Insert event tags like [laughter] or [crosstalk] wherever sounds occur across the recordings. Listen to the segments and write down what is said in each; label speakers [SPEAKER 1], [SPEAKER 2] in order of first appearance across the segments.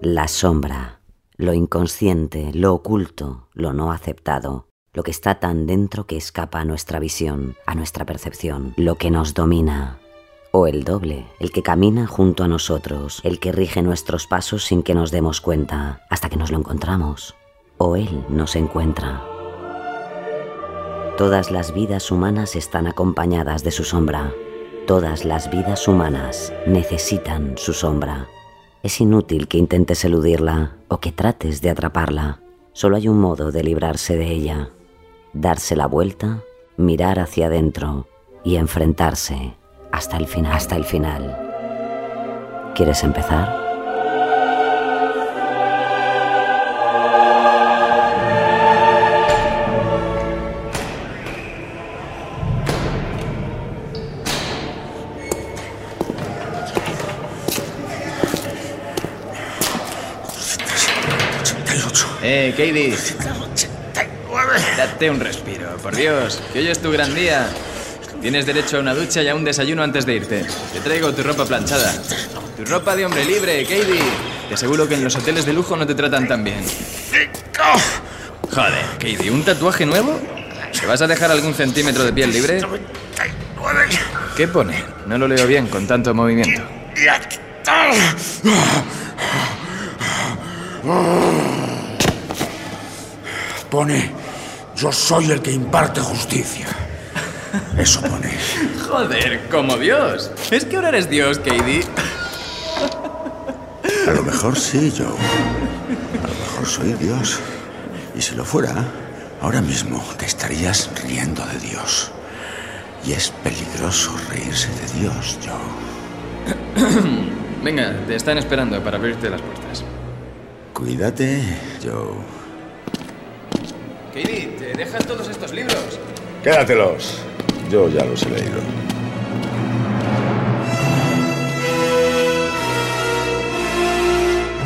[SPEAKER 1] La sombra, lo inconsciente, lo oculto, lo no aceptado, lo que está tan dentro que escapa a nuestra visión, a nuestra percepción, lo que nos domina. O el doble, el que camina junto a nosotros, el que rige nuestros pasos sin que nos demos cuenta, hasta que nos lo encontramos. O él nos encuentra. Todas las vidas humanas están acompañadas de su sombra. Todas las vidas humanas necesitan su sombra. Es inútil que intentes eludirla o que trates de atraparla. Solo hay un modo de librarse de ella. Darse la vuelta, mirar hacia adentro y enfrentarse hasta el final. Hasta el final. ¿Quieres empezar?
[SPEAKER 2] Eh, Katie. Date un respiro, por Dios, que hoy es tu gran día. Tienes derecho a una ducha y a un desayuno antes de irte. Te traigo tu ropa planchada. Tu ropa de hombre libre, Katie. Te aseguro que en los hoteles de lujo no te tratan tan bien. Joder, Katie, ¿un tatuaje nuevo? ¿Te vas a dejar algún centímetro de piel libre? ¿Qué pone? No lo leo bien con tanto movimiento.
[SPEAKER 3] Pone, yo soy el que imparte justicia. Eso pone.
[SPEAKER 2] Joder, como Dios. Es que ahora eres Dios, Katie.
[SPEAKER 3] A lo mejor sí, Joe. A lo mejor soy Dios. Y si lo fuera, ahora mismo te estarías riendo de Dios. Y es peligroso reírse de Dios, Joe.
[SPEAKER 2] Venga, te están esperando para abrirte las puertas.
[SPEAKER 3] Cuídate, Joe.
[SPEAKER 2] Katie, te dejan todos estos libros.
[SPEAKER 3] Quédatelos. Yo ya los he leído.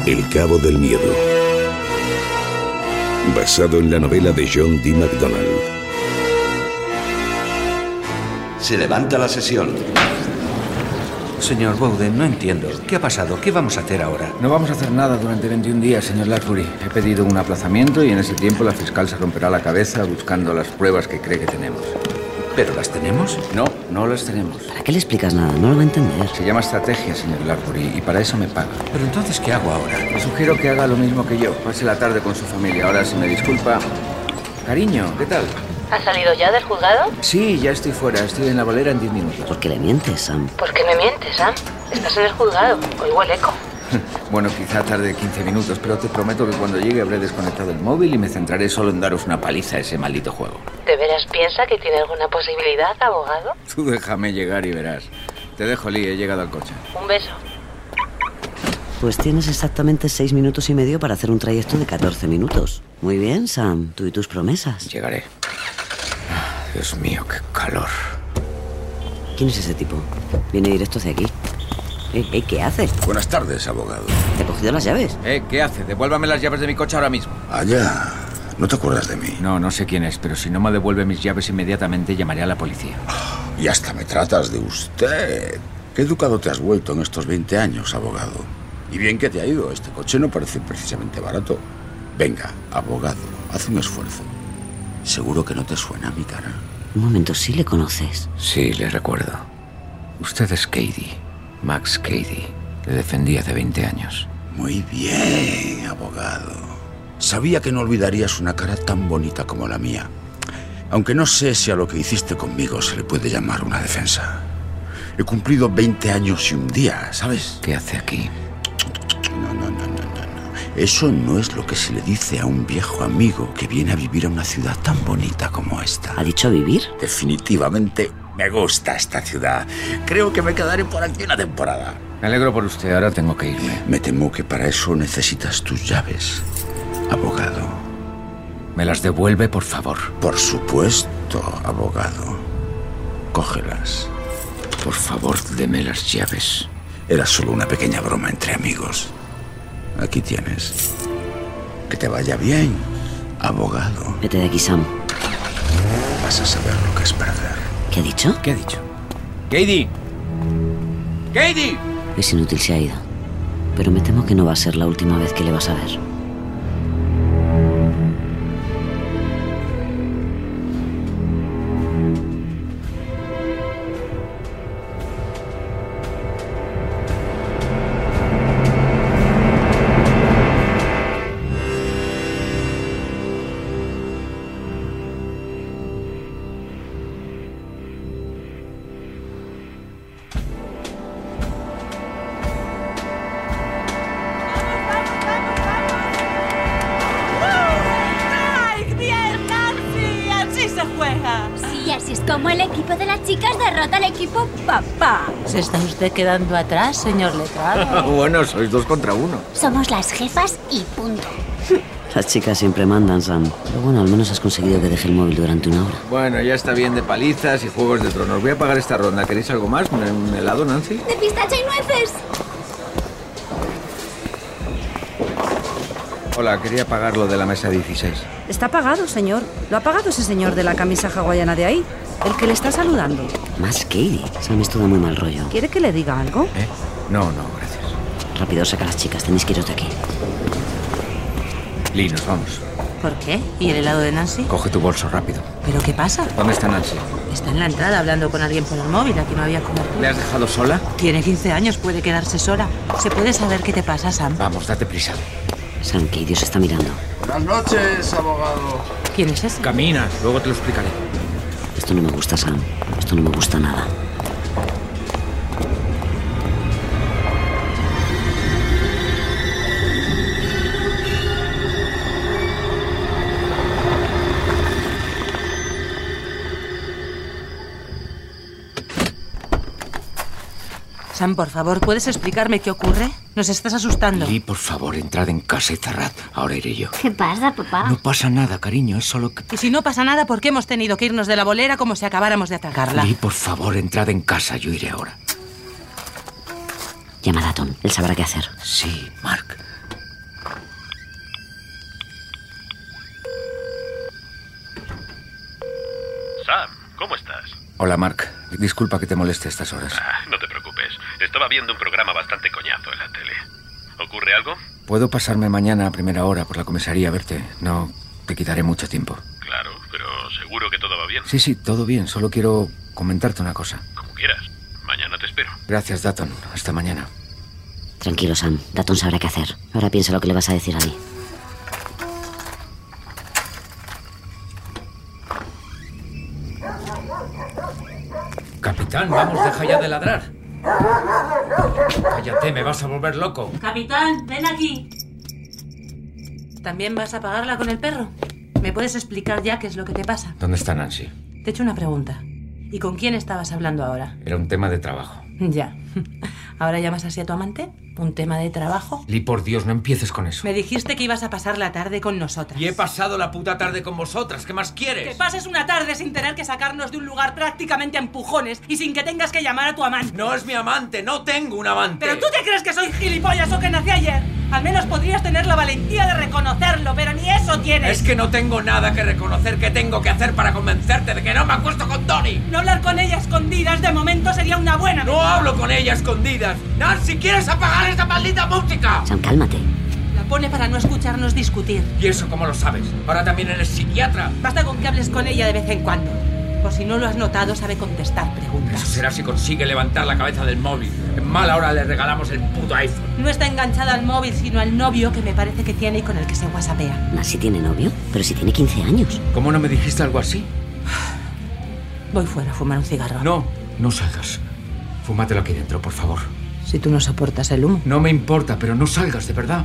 [SPEAKER 4] El Cabo del Miedo. Basado en la novela de John D. MacDonald.
[SPEAKER 5] Se levanta la sesión.
[SPEAKER 6] Señor Bowden, no entiendo. ¿Qué ha pasado? ¿Qué vamos a hacer ahora?
[SPEAKER 7] No vamos a hacer nada durante 21 días, señor Lasbury. He pedido un aplazamiento y en ese tiempo la fiscal se romperá la cabeza buscando las pruebas que cree que tenemos.
[SPEAKER 6] ¿Pero las tenemos?
[SPEAKER 7] No, no las tenemos.
[SPEAKER 1] ¿Para qué le explicas nada? No lo va a entender.
[SPEAKER 7] Se llama estrategia, señor Lasbury, y para eso me paga.
[SPEAKER 6] Pero entonces, ¿qué hago ahora?
[SPEAKER 7] Le sugiero que haga lo mismo que yo. Pase la tarde con su familia. Ahora, si me disculpa... Cariño, ¿qué tal?
[SPEAKER 8] ¿Has salido ya del juzgado?
[SPEAKER 7] Sí, ya estoy fuera. Estoy en la valera en 10 minutos.
[SPEAKER 1] ¿Por qué le mientes, Sam?
[SPEAKER 8] ¿Por qué me mientes, Sam? Estás en el juzgado. Oigo el eco.
[SPEAKER 7] bueno, quizá tarde 15 minutos, pero te prometo que cuando llegue habré desconectado el móvil y me centraré solo en daros una paliza a ese maldito juego.
[SPEAKER 8] ¿De veras piensa que tiene alguna posibilidad, abogado?
[SPEAKER 7] Tú déjame llegar y verás. Te dejo, Lee. He llegado al coche.
[SPEAKER 8] Un beso.
[SPEAKER 1] Pues tienes exactamente seis minutos y medio para hacer un trayecto de 14 minutos. Muy bien, Sam. Tú y tus promesas.
[SPEAKER 7] Llegaré. Ah, Dios mío, qué calor.
[SPEAKER 1] ¿Quién es ese tipo? Viene directo hacia aquí. Eh, eh, ¿Qué hace?
[SPEAKER 9] Buenas tardes, abogado.
[SPEAKER 1] Te he cogido las llaves.
[SPEAKER 7] Eh, ¿Qué hace? Devuélvame las llaves de mi coche ahora mismo.
[SPEAKER 9] Allá. ¿No te acuerdas de mí?
[SPEAKER 7] No, no sé quién es, pero si no me devuelve mis llaves inmediatamente llamaré a la policía.
[SPEAKER 9] Oh, y hasta me tratas de usted. ¿Qué educado te has vuelto en estos 20 años, abogado?
[SPEAKER 3] Y bien que te ha ido, este coche no parece precisamente barato. Venga, abogado, haz un esfuerzo. Seguro que no te suena mi cara.
[SPEAKER 1] Un momento, ¿sí le conoces?
[SPEAKER 7] Sí, le recuerdo. Usted es Cady, Max Cady. Le defendí hace 20 años.
[SPEAKER 3] Muy bien, abogado. Sabía que no olvidarías una cara tan bonita como la mía. Aunque no sé si a lo que hiciste conmigo se le puede llamar una defensa. He cumplido 20 años y un día, ¿sabes?
[SPEAKER 7] ¿Qué hace aquí?
[SPEAKER 3] No, no, no, no, no. no. Eso no es lo que se le dice a un viejo amigo que viene a vivir a una ciudad tan bonita como esta.
[SPEAKER 1] ¿Ha dicho vivir?
[SPEAKER 3] Definitivamente me gusta esta ciudad. Creo que me quedaré por aquí una temporada.
[SPEAKER 7] Me alegro por usted, ahora tengo que irme.
[SPEAKER 3] Me temo que para eso necesitas tus llaves, abogado.
[SPEAKER 7] ¿Me las devuelve, por favor?
[SPEAKER 3] Por supuesto, abogado. Cógelas.
[SPEAKER 7] Por favor, deme las llaves.
[SPEAKER 3] Era solo una pequeña broma entre amigos. Aquí tienes. Que te vaya bien, abogado.
[SPEAKER 1] Vete de aquí, Sam.
[SPEAKER 3] Vas a saber lo que es perder.
[SPEAKER 1] ¿Qué ha dicho?
[SPEAKER 7] ¿Qué ha dicho? ¡Katie! ¡Katie!
[SPEAKER 1] Es inútil, se ha ido. Pero me temo que no va a ser la última vez que le vas a ver.
[SPEAKER 8] ¿Se está usted quedando atrás, señor letrado?
[SPEAKER 7] [laughs] bueno, sois dos contra uno.
[SPEAKER 10] Somos las jefas y punto.
[SPEAKER 1] Las chicas siempre mandan, Sam. Pero bueno, al menos has conseguido que deje el móvil durante una hora.
[SPEAKER 7] Bueno, ya está bien de palizas y juegos de tronos. Voy a pagar esta ronda. ¿Queréis algo más? ¿Un, un helado, Nancy?
[SPEAKER 10] ¡De pistacho y nueces!
[SPEAKER 7] Hola, quería pagar lo de la mesa 16.
[SPEAKER 11] [laughs] Está pagado, señor. Lo ha pagado ese señor de la camisa hawaiana de ahí. El que le está saludando.
[SPEAKER 1] Más Katie. Sam esto da muy mal rollo.
[SPEAKER 11] ¿Quiere que le diga algo?
[SPEAKER 7] ¿Eh? No, no, gracias.
[SPEAKER 1] Rápido, saca a las chicas. Tenéis que iros de aquí.
[SPEAKER 7] Lee, nos vamos.
[SPEAKER 8] ¿Por qué? ¿Y el helado de Nancy?
[SPEAKER 7] Coge tu bolso rápido.
[SPEAKER 8] ¿Pero qué pasa?
[SPEAKER 7] ¿Dónde está Nancy?
[SPEAKER 8] Está en la entrada hablando con alguien por el móvil. Aquí no había cobertura.
[SPEAKER 7] ¿Le has dejado sola?
[SPEAKER 8] Tiene 15 años, puede quedarse sola. ¿Se puede saber qué te pasa, Sam?
[SPEAKER 7] Vamos, date prisa.
[SPEAKER 1] Sam, Katie Dios está mirando.
[SPEAKER 12] Buenas noches, abogado.
[SPEAKER 8] ¿Quién es ese?
[SPEAKER 7] Camina, luego te lo explicaré.
[SPEAKER 1] Esto no me gusta, Sam. Esto no me gusta nada.
[SPEAKER 8] Sam, por favor, ¿puedes explicarme qué ocurre? Nos estás asustando.
[SPEAKER 7] Lee, por favor, entrad en casa y cerrad. Ahora iré yo.
[SPEAKER 10] ¿Qué pasa, papá?
[SPEAKER 7] No pasa nada, cariño, es solo que...
[SPEAKER 8] Y si no pasa nada, ¿por qué hemos tenido que irnos de la bolera como si acabáramos de atacarla?
[SPEAKER 7] Lee, por favor, entrad en casa, yo iré ahora.
[SPEAKER 1] Llama a Tom, él sabrá qué hacer.
[SPEAKER 7] Sí, Mark.
[SPEAKER 13] Sam, ¿cómo estás?
[SPEAKER 7] Hola, Mark. Disculpa que te moleste a estas horas.
[SPEAKER 13] Ah, no te preocupes. Estaba viendo un programa bastante coñazo en la tele. ¿Ocurre algo?
[SPEAKER 7] Puedo pasarme mañana a primera hora por la comisaría a verte. No te quitaré mucho tiempo.
[SPEAKER 13] Claro, pero seguro que todo va bien.
[SPEAKER 7] Sí, sí, todo bien. Solo quiero comentarte una cosa.
[SPEAKER 13] Como quieras. Mañana te espero.
[SPEAKER 7] Gracias, Datton. Hasta mañana.
[SPEAKER 1] Tranquilo, Sam. Datton sabrá qué hacer. Ahora piensa lo que le vas a decir a mí.
[SPEAKER 7] Capitán, vamos, deja ya de ladrar. Cállate, me vas a volver loco.
[SPEAKER 8] Capitán, ven aquí. ¿También vas a pagarla con el perro? ¿Me puedes explicar ya qué es lo que te pasa?
[SPEAKER 7] ¿Dónde está Nancy?
[SPEAKER 8] Te he hecho una pregunta. ¿Y con quién estabas hablando ahora? [laughs]
[SPEAKER 7] Era un tema de trabajo.
[SPEAKER 8] Ya. [laughs] ¿Ahora llamas así a tu amante? ¿Un tema de trabajo?
[SPEAKER 7] Lee, por Dios, no empieces con eso.
[SPEAKER 8] Me dijiste que ibas a pasar la tarde con nosotras.
[SPEAKER 7] Y he pasado la puta tarde con vosotras. ¿Qué más quieres?
[SPEAKER 8] Que pases una tarde sin tener que sacarnos de un lugar prácticamente a empujones y sin que tengas que llamar a tu amante.
[SPEAKER 7] No es mi amante, no tengo un amante.
[SPEAKER 8] ¿Pero tú te crees que soy gilipollas o que nací ayer? Al menos podrías tener la valentía de reconocerlo, pero ni eso tienes.
[SPEAKER 14] Es que no tengo nada que reconocer que tengo que hacer para convencerte de que no me acuesto con Tony.
[SPEAKER 8] No hablar con ella a escondidas de momento sería una buena.
[SPEAKER 14] No hablo con ella a escondidas. Nancy, ¿quieres apagar esta maldita música?
[SPEAKER 1] Sam, cálmate.
[SPEAKER 8] La pone para no escucharnos discutir.
[SPEAKER 14] ¿Y eso cómo lo sabes? Ahora también eres psiquiatra.
[SPEAKER 8] Basta con que hables con ella de vez en cuando. Por si no lo has notado, sabe contestar preguntas.
[SPEAKER 14] Eso será si consigue levantar la cabeza del móvil. En mala hora le regalamos el puto iPhone.
[SPEAKER 8] No está enganchada al móvil, sino al novio que me parece que tiene y con el que se whatsappea.
[SPEAKER 1] ¿Nancy tiene novio? Pero si tiene 15 años.
[SPEAKER 14] ¿Cómo no me dijiste algo así?
[SPEAKER 8] Voy fuera a fumar un cigarro.
[SPEAKER 14] No, no salgas. Fúmatelo aquí dentro, por favor.
[SPEAKER 8] Si tú no soportas el humo.
[SPEAKER 14] No me importa, pero no salgas, de verdad.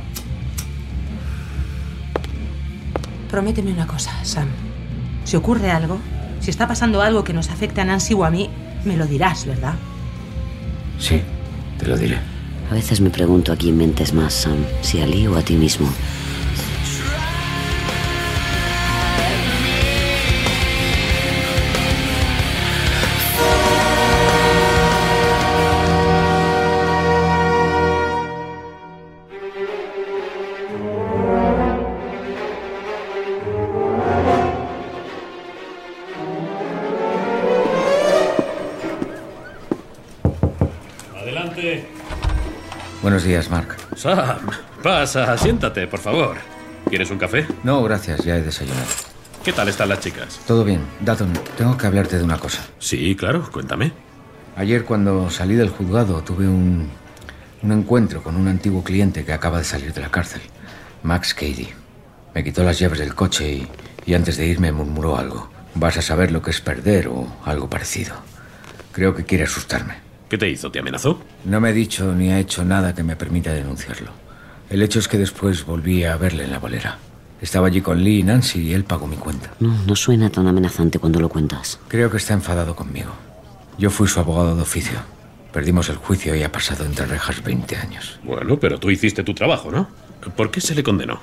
[SPEAKER 8] Prométeme una cosa, Sam. Si ocurre algo, si está pasando algo que nos afecte a Nancy o a mí, me lo dirás, ¿verdad?
[SPEAKER 6] Sí, te lo diré.
[SPEAKER 1] A veces me pregunto a quién mentes más, Sam, si a Lee o a ti mismo.
[SPEAKER 7] Buenos días, Mark.
[SPEAKER 13] Sam, pasa, siéntate, por favor. ¿Quieres un café?
[SPEAKER 7] No, gracias, ya he desayunado.
[SPEAKER 13] ¿Qué tal están las chicas?
[SPEAKER 7] Todo bien. Dalton, tengo que hablarte de una cosa.
[SPEAKER 13] Sí, claro, cuéntame.
[SPEAKER 7] Ayer cuando salí del juzgado tuve un, un encuentro con un antiguo cliente que acaba de salir de la cárcel, Max Cady. Me quitó las llaves del coche y, y antes de irme murmuró algo. Vas a saber lo que es perder o algo parecido. Creo que quiere asustarme.
[SPEAKER 13] ¿Qué te hizo? ¿Te amenazó?
[SPEAKER 7] No me ha dicho ni ha hecho nada que me permita denunciarlo. El hecho es que después volví a verle en la bolera. Estaba allí con Lee y Nancy y él pagó mi cuenta.
[SPEAKER 1] No, no suena tan amenazante cuando lo cuentas.
[SPEAKER 7] Creo que está enfadado conmigo. Yo fui su abogado de oficio. Perdimos el juicio y ha pasado entre rejas 20 años.
[SPEAKER 13] Bueno, pero tú hiciste tu trabajo, ¿no? ¿Por qué se le condenó?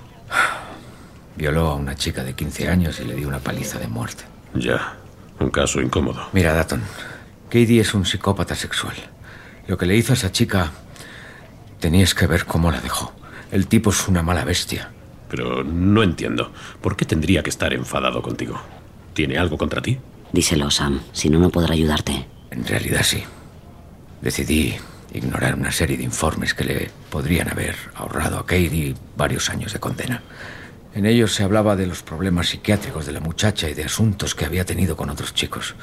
[SPEAKER 7] Violó a una chica de 15 años y le dio una paliza de muerte.
[SPEAKER 13] Ya, un caso incómodo.
[SPEAKER 7] Mira, Datton, Katie es un psicópata sexual. Lo que le hizo a esa chica, tenías que ver cómo la dejó. El tipo es una mala bestia.
[SPEAKER 13] Pero no entiendo. ¿Por qué tendría que estar enfadado contigo? ¿Tiene algo contra ti?
[SPEAKER 1] Díselo, Sam. Si no, no podrá ayudarte.
[SPEAKER 7] En realidad sí. Decidí ignorar una serie de informes que le podrían haber ahorrado a Katie varios años de condena. En ellos se hablaba de los problemas psiquiátricos de la muchacha y de asuntos que había tenido con otros chicos.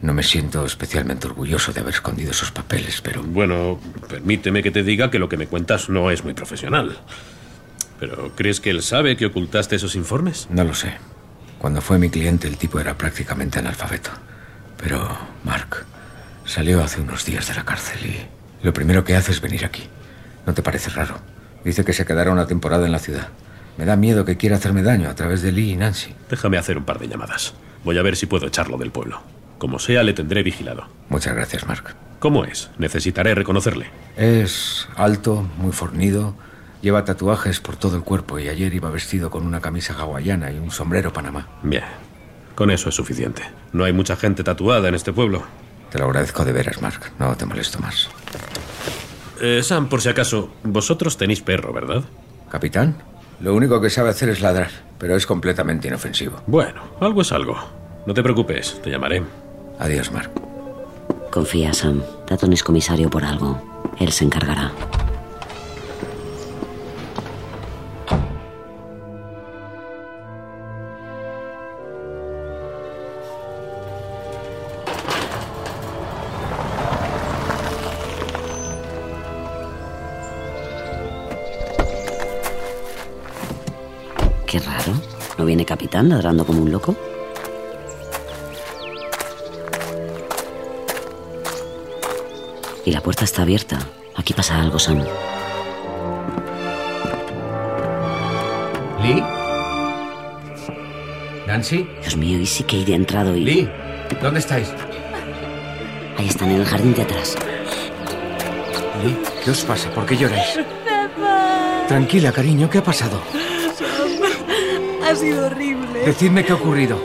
[SPEAKER 7] No me siento especialmente orgulloso de haber escondido esos papeles, pero...
[SPEAKER 13] Bueno, permíteme que te diga que lo que me cuentas no es muy profesional. Pero ¿crees que él sabe que ocultaste esos informes?
[SPEAKER 7] No lo sé. Cuando fue mi cliente el tipo era prácticamente analfabeto. Pero Mark salió hace unos días de la cárcel y lo primero que hace es venir aquí. ¿No te parece raro? Dice que se quedará una temporada en la ciudad. Me da miedo que quiera hacerme daño a través de Lee y Nancy.
[SPEAKER 13] Déjame hacer un par de llamadas. Voy a ver si puedo echarlo del pueblo. Como sea, le tendré vigilado.
[SPEAKER 7] Muchas gracias, Mark.
[SPEAKER 13] ¿Cómo es? Necesitaré reconocerle.
[SPEAKER 7] Es alto, muy fornido, lleva tatuajes por todo el cuerpo y ayer iba vestido con una camisa hawaiana y un sombrero panamá.
[SPEAKER 13] Bien, con eso es suficiente. No hay mucha gente tatuada en este pueblo.
[SPEAKER 7] Te lo agradezco de veras, Mark. No te molesto más.
[SPEAKER 13] Eh, Sam, por si acaso, vosotros tenéis perro, ¿verdad?
[SPEAKER 7] Capitán, lo único que sabe hacer es ladrar, pero es completamente inofensivo.
[SPEAKER 13] Bueno, algo es algo. No te preocupes, te llamaré.
[SPEAKER 7] Adiós, Mark.
[SPEAKER 1] Confía, Sam. Datton es comisario por algo. Él se encargará. Qué raro. ¿No viene capitán ladrando como un loco? Y la puerta está abierta. Aquí pasa algo, Sam.
[SPEAKER 7] ¿Lee? ¿Nancy?
[SPEAKER 1] Dios mío, ¿y si Katie ha entrado y...?
[SPEAKER 7] ¿Lee? ¿Dónde estáis?
[SPEAKER 1] Ahí están, en el jardín de atrás.
[SPEAKER 7] ¿Lee? ¿Qué os pasa? ¿Por qué lloráis? Tranquila, cariño, ¿qué ha pasado?
[SPEAKER 10] Ha sido horrible.
[SPEAKER 7] Decidme qué ha ocurrido.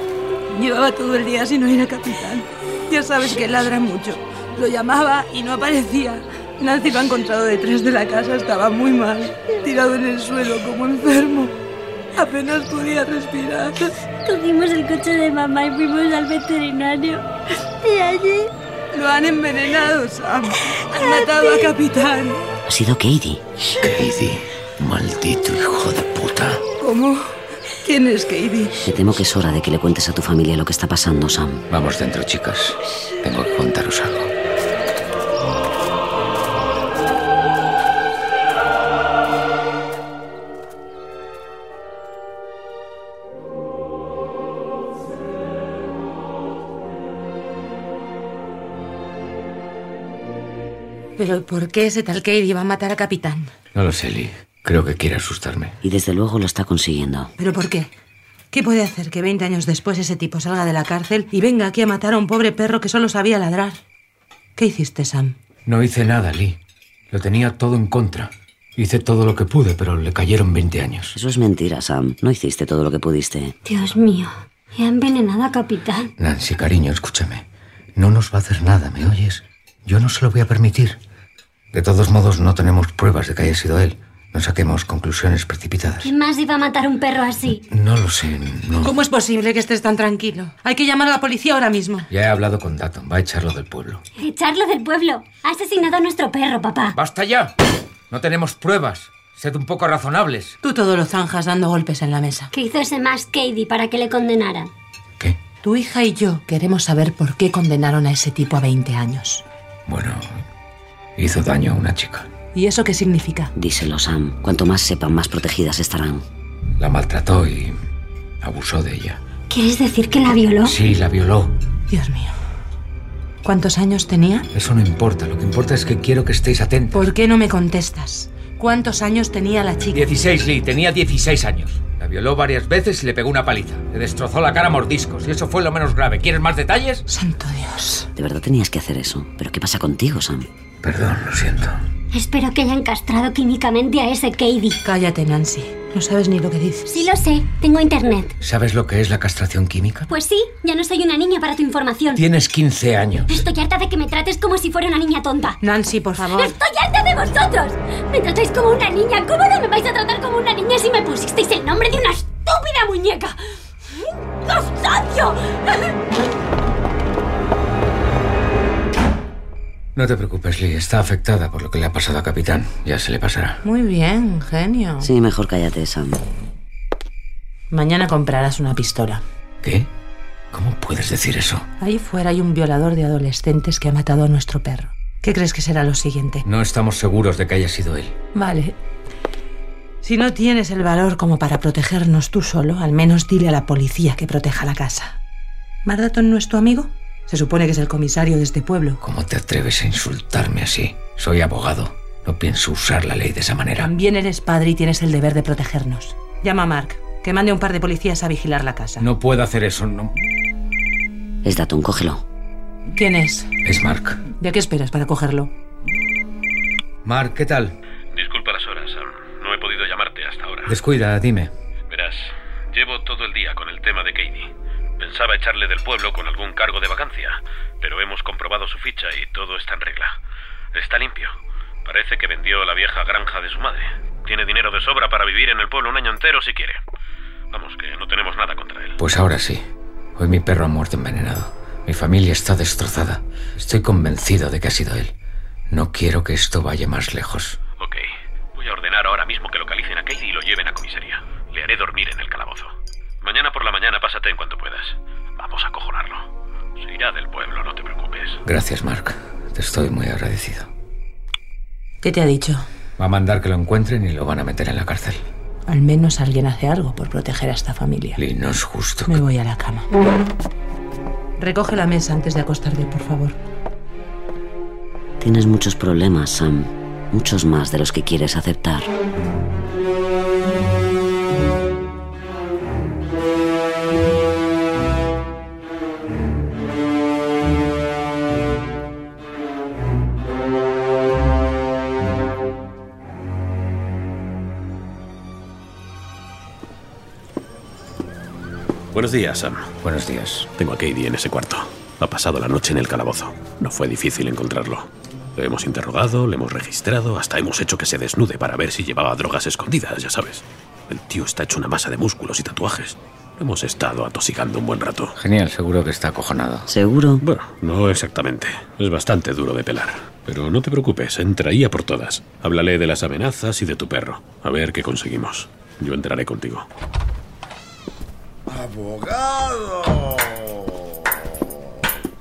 [SPEAKER 10] Llevaba todo el día sin oír a capitán. Ya sabes que ladra mucho. Lo llamaba y no aparecía. Nancy lo ha encontrado detrás de la casa, estaba muy mal, tirado en el suelo como enfermo. Apenas podía respirar.
[SPEAKER 15] Cogimos el coche de mamá y fuimos al veterinario. Y allí
[SPEAKER 10] lo han envenenado, Sam. Han matado a Capitán.
[SPEAKER 1] Ha sido Katie.
[SPEAKER 7] Katie, maldito hijo de puta.
[SPEAKER 10] ¿Cómo? ¿Quién es Katie?
[SPEAKER 1] Me temo que es hora de que le cuentes a tu familia lo que está pasando, Sam.
[SPEAKER 7] Vamos dentro, chicas. Tengo que contaros algo.
[SPEAKER 8] ¿Pero por qué ese tal Katie va a matar a Capitán?
[SPEAKER 7] No lo sé, Lee. Creo que quiere asustarme.
[SPEAKER 1] Y desde luego lo está consiguiendo.
[SPEAKER 8] ¿Pero por qué? ¿Qué puede hacer que 20 años después ese tipo salga de la cárcel y venga aquí a matar a un pobre perro que solo sabía ladrar? ¿Qué hiciste, Sam?
[SPEAKER 7] No hice nada, Lee. Lo tenía todo en contra. Hice todo lo que pude, pero le cayeron 20 años.
[SPEAKER 1] Eso es mentira, Sam. No hiciste todo lo que pudiste.
[SPEAKER 15] Dios mío, he envenenado a Capitán.
[SPEAKER 7] Nancy, cariño, escúchame. No nos va a hacer nada, ¿me oyes? Yo no se lo voy a permitir. De todos modos, no tenemos pruebas de que haya sido él. No saquemos conclusiones precipitadas.
[SPEAKER 15] ¿Quién más iba a matar a un perro así?
[SPEAKER 7] No lo sé, no.
[SPEAKER 8] ¿Cómo es posible que estés tan tranquilo? Hay que llamar a la policía ahora mismo.
[SPEAKER 7] Ya he hablado con Datton, va a echarlo del pueblo.
[SPEAKER 15] Echarlo del pueblo. Ha asesinado a nuestro perro, papá.
[SPEAKER 7] ¡Basta ya! No tenemos pruebas. Sed un poco razonables.
[SPEAKER 8] Tú todo lo zanjas dando golpes en la mesa.
[SPEAKER 15] ¿Qué hizo ese más Katie para que le condenaran?
[SPEAKER 7] ¿Qué?
[SPEAKER 8] Tu hija y yo queremos saber por qué condenaron a ese tipo a 20 años.
[SPEAKER 7] Bueno, hizo daño a una chica.
[SPEAKER 8] ¿Y eso qué significa?
[SPEAKER 1] Díselo, Sam. Cuanto más sepan, más protegidas estarán.
[SPEAKER 7] La maltrató y abusó de ella.
[SPEAKER 15] ¿Quieres decir que la violó?
[SPEAKER 7] Sí, la violó.
[SPEAKER 8] Dios mío. ¿Cuántos años tenía?
[SPEAKER 7] Eso no importa. Lo que importa es que quiero que estéis atentos.
[SPEAKER 8] ¿Por qué no me contestas? ¿Cuántos años tenía la chica?
[SPEAKER 7] 16, Lee. Tenía 16 años. La violó varias veces y le pegó una paliza. Le destrozó la cara a mordiscos y eso fue lo menos grave. ¿Quieres más detalles?
[SPEAKER 8] Santo Dios.
[SPEAKER 1] De verdad tenías que hacer eso. ¿Pero qué pasa contigo, Sam?
[SPEAKER 7] Perdón, lo siento.
[SPEAKER 15] Espero que hayan castrado químicamente a ese Katie.
[SPEAKER 8] Cállate, Nancy. No sabes ni lo que dices.
[SPEAKER 15] Sí lo sé. Tengo internet.
[SPEAKER 7] ¿Sabes lo que es la castración química?
[SPEAKER 15] Pues sí. Ya no soy una niña para tu información.
[SPEAKER 7] Tienes 15 años.
[SPEAKER 15] Estoy harta de que me trates como si fuera una niña tonta.
[SPEAKER 8] Nancy, por favor.
[SPEAKER 15] ¡Estoy harta de vosotros! Me tratáis como una niña. ¿Cómo no me vais a tratar como una niña si me pusisteis el nombre de una estúpida muñeca? ¡Os odio!
[SPEAKER 7] No te preocupes, Lee. Está afectada por lo que le ha pasado a Capitán. Ya se le pasará.
[SPEAKER 8] Muy bien, genio.
[SPEAKER 1] Sí, mejor cállate, Sam.
[SPEAKER 8] Mañana comprarás una pistola.
[SPEAKER 7] ¿Qué? ¿Cómo puedes decir eso?
[SPEAKER 8] Ahí fuera hay un violador de adolescentes que ha matado a nuestro perro. ¿Qué crees que será lo siguiente?
[SPEAKER 7] No estamos seguros de que haya sido él.
[SPEAKER 8] Vale. Si no tienes el valor como para protegernos tú solo, al menos dile a la policía que proteja la casa. ¿Mardaton no es tu amigo? Se supone que es el comisario de este pueblo.
[SPEAKER 7] ¿Cómo te atreves a insultarme así? Soy abogado. No pienso usar la ley de esa manera.
[SPEAKER 8] También eres padre y tienes el deber de protegernos. Llama a Mark, que mande un par de policías a vigilar la casa.
[SPEAKER 7] No puedo hacer eso, no.
[SPEAKER 1] Es Datun, cógelo.
[SPEAKER 8] ¿Quién es?
[SPEAKER 7] Es Mark.
[SPEAKER 8] ¿De qué esperas para cogerlo?
[SPEAKER 7] Mark, ¿qué tal?
[SPEAKER 13] Disculpa las horas, Sam. No he podido llamarte hasta ahora.
[SPEAKER 7] Descuida, dime.
[SPEAKER 13] Verás, llevo todo el día con el tema de Katie. Pensaba echarle del pueblo con algún cargo de vacancia, pero hemos comprobado su ficha y todo está en regla. Está limpio. Parece que vendió la vieja granja de su madre. Tiene dinero de sobra para vivir en el pueblo un año entero si quiere. Vamos, que no tenemos nada contra él.
[SPEAKER 7] Pues ahora sí. Hoy mi perro ha muerto envenenado. Mi familia está destrozada. Estoy convencido de que ha sido él. No quiero que esto vaya más lejos.
[SPEAKER 13] Ok. Voy a ordenar ahora mismo que localicen a Katie y lo lleven a comisaría. Le haré dormir en el calabozo. Mañana por la mañana pásate en cuanto puedas. Vamos a cojonarlo. Se irá del pueblo, no te preocupes.
[SPEAKER 7] Gracias, Mark. Te estoy muy agradecido.
[SPEAKER 8] ¿Qué te ha dicho?
[SPEAKER 7] Va a mandar que lo encuentren y lo van a meter en la cárcel.
[SPEAKER 8] Al menos alguien hace algo por proteger a esta familia.
[SPEAKER 7] Lee, no es justo.
[SPEAKER 8] Me voy a la cama. Recoge la mesa antes de acostarte, por favor.
[SPEAKER 1] Tienes muchos problemas, Sam. Muchos más de los que quieres aceptar.
[SPEAKER 13] Buenos días, Sam.
[SPEAKER 7] Buenos días.
[SPEAKER 13] Tengo a Katie en ese cuarto. Ha pasado la noche en el calabozo. No fue difícil encontrarlo.
[SPEAKER 16] Le hemos interrogado, le hemos registrado, hasta hemos hecho que se desnude para ver si llevaba drogas escondidas, ya sabes. El tío está hecho una masa de músculos y tatuajes. Lo hemos estado atosigando un buen rato.
[SPEAKER 7] Genial, seguro que está acojonado.
[SPEAKER 1] ¿Seguro?
[SPEAKER 16] Bueno, no exactamente. Es bastante duro de pelar. Pero no te preocupes, entraía por todas. Háblale de las amenazas y de tu perro. A ver qué conseguimos. Yo entraré contigo.
[SPEAKER 3] ¡Abogado!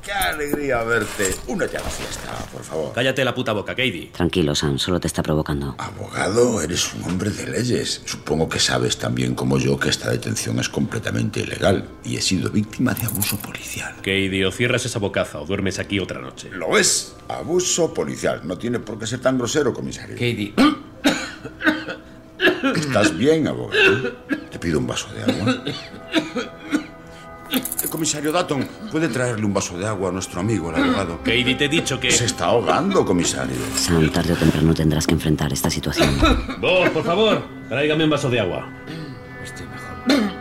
[SPEAKER 3] ¡Qué alegría verte! Únete a la fiesta, por favor.
[SPEAKER 13] Cállate la puta boca, Katie.
[SPEAKER 1] Tranquilo, Sam, solo te está provocando.
[SPEAKER 3] Abogado, eres un hombre de leyes. Supongo que sabes también como yo que esta detención es completamente ilegal y he sido víctima de abuso policial.
[SPEAKER 13] Katie, o cierras esa bocaza o duermes aquí otra noche.
[SPEAKER 3] Lo Ah, es. Abuso policial. No tiene por qué ser tan grosero, comisario.
[SPEAKER 7] Katie.
[SPEAKER 3] ¿Estás bien, abogado? Te pido un vaso de agua. Eh, comisario Datton, ¿puede traerle un vaso de agua a nuestro amigo, el abogado?
[SPEAKER 13] Katie, te he dicho que...
[SPEAKER 3] Se está ahogando, comisario.
[SPEAKER 1] Sam, tarde o temprano tendrás que enfrentar esta situación.
[SPEAKER 13] Vos, por favor, tráigame un vaso de agua.
[SPEAKER 7] Estoy mejor.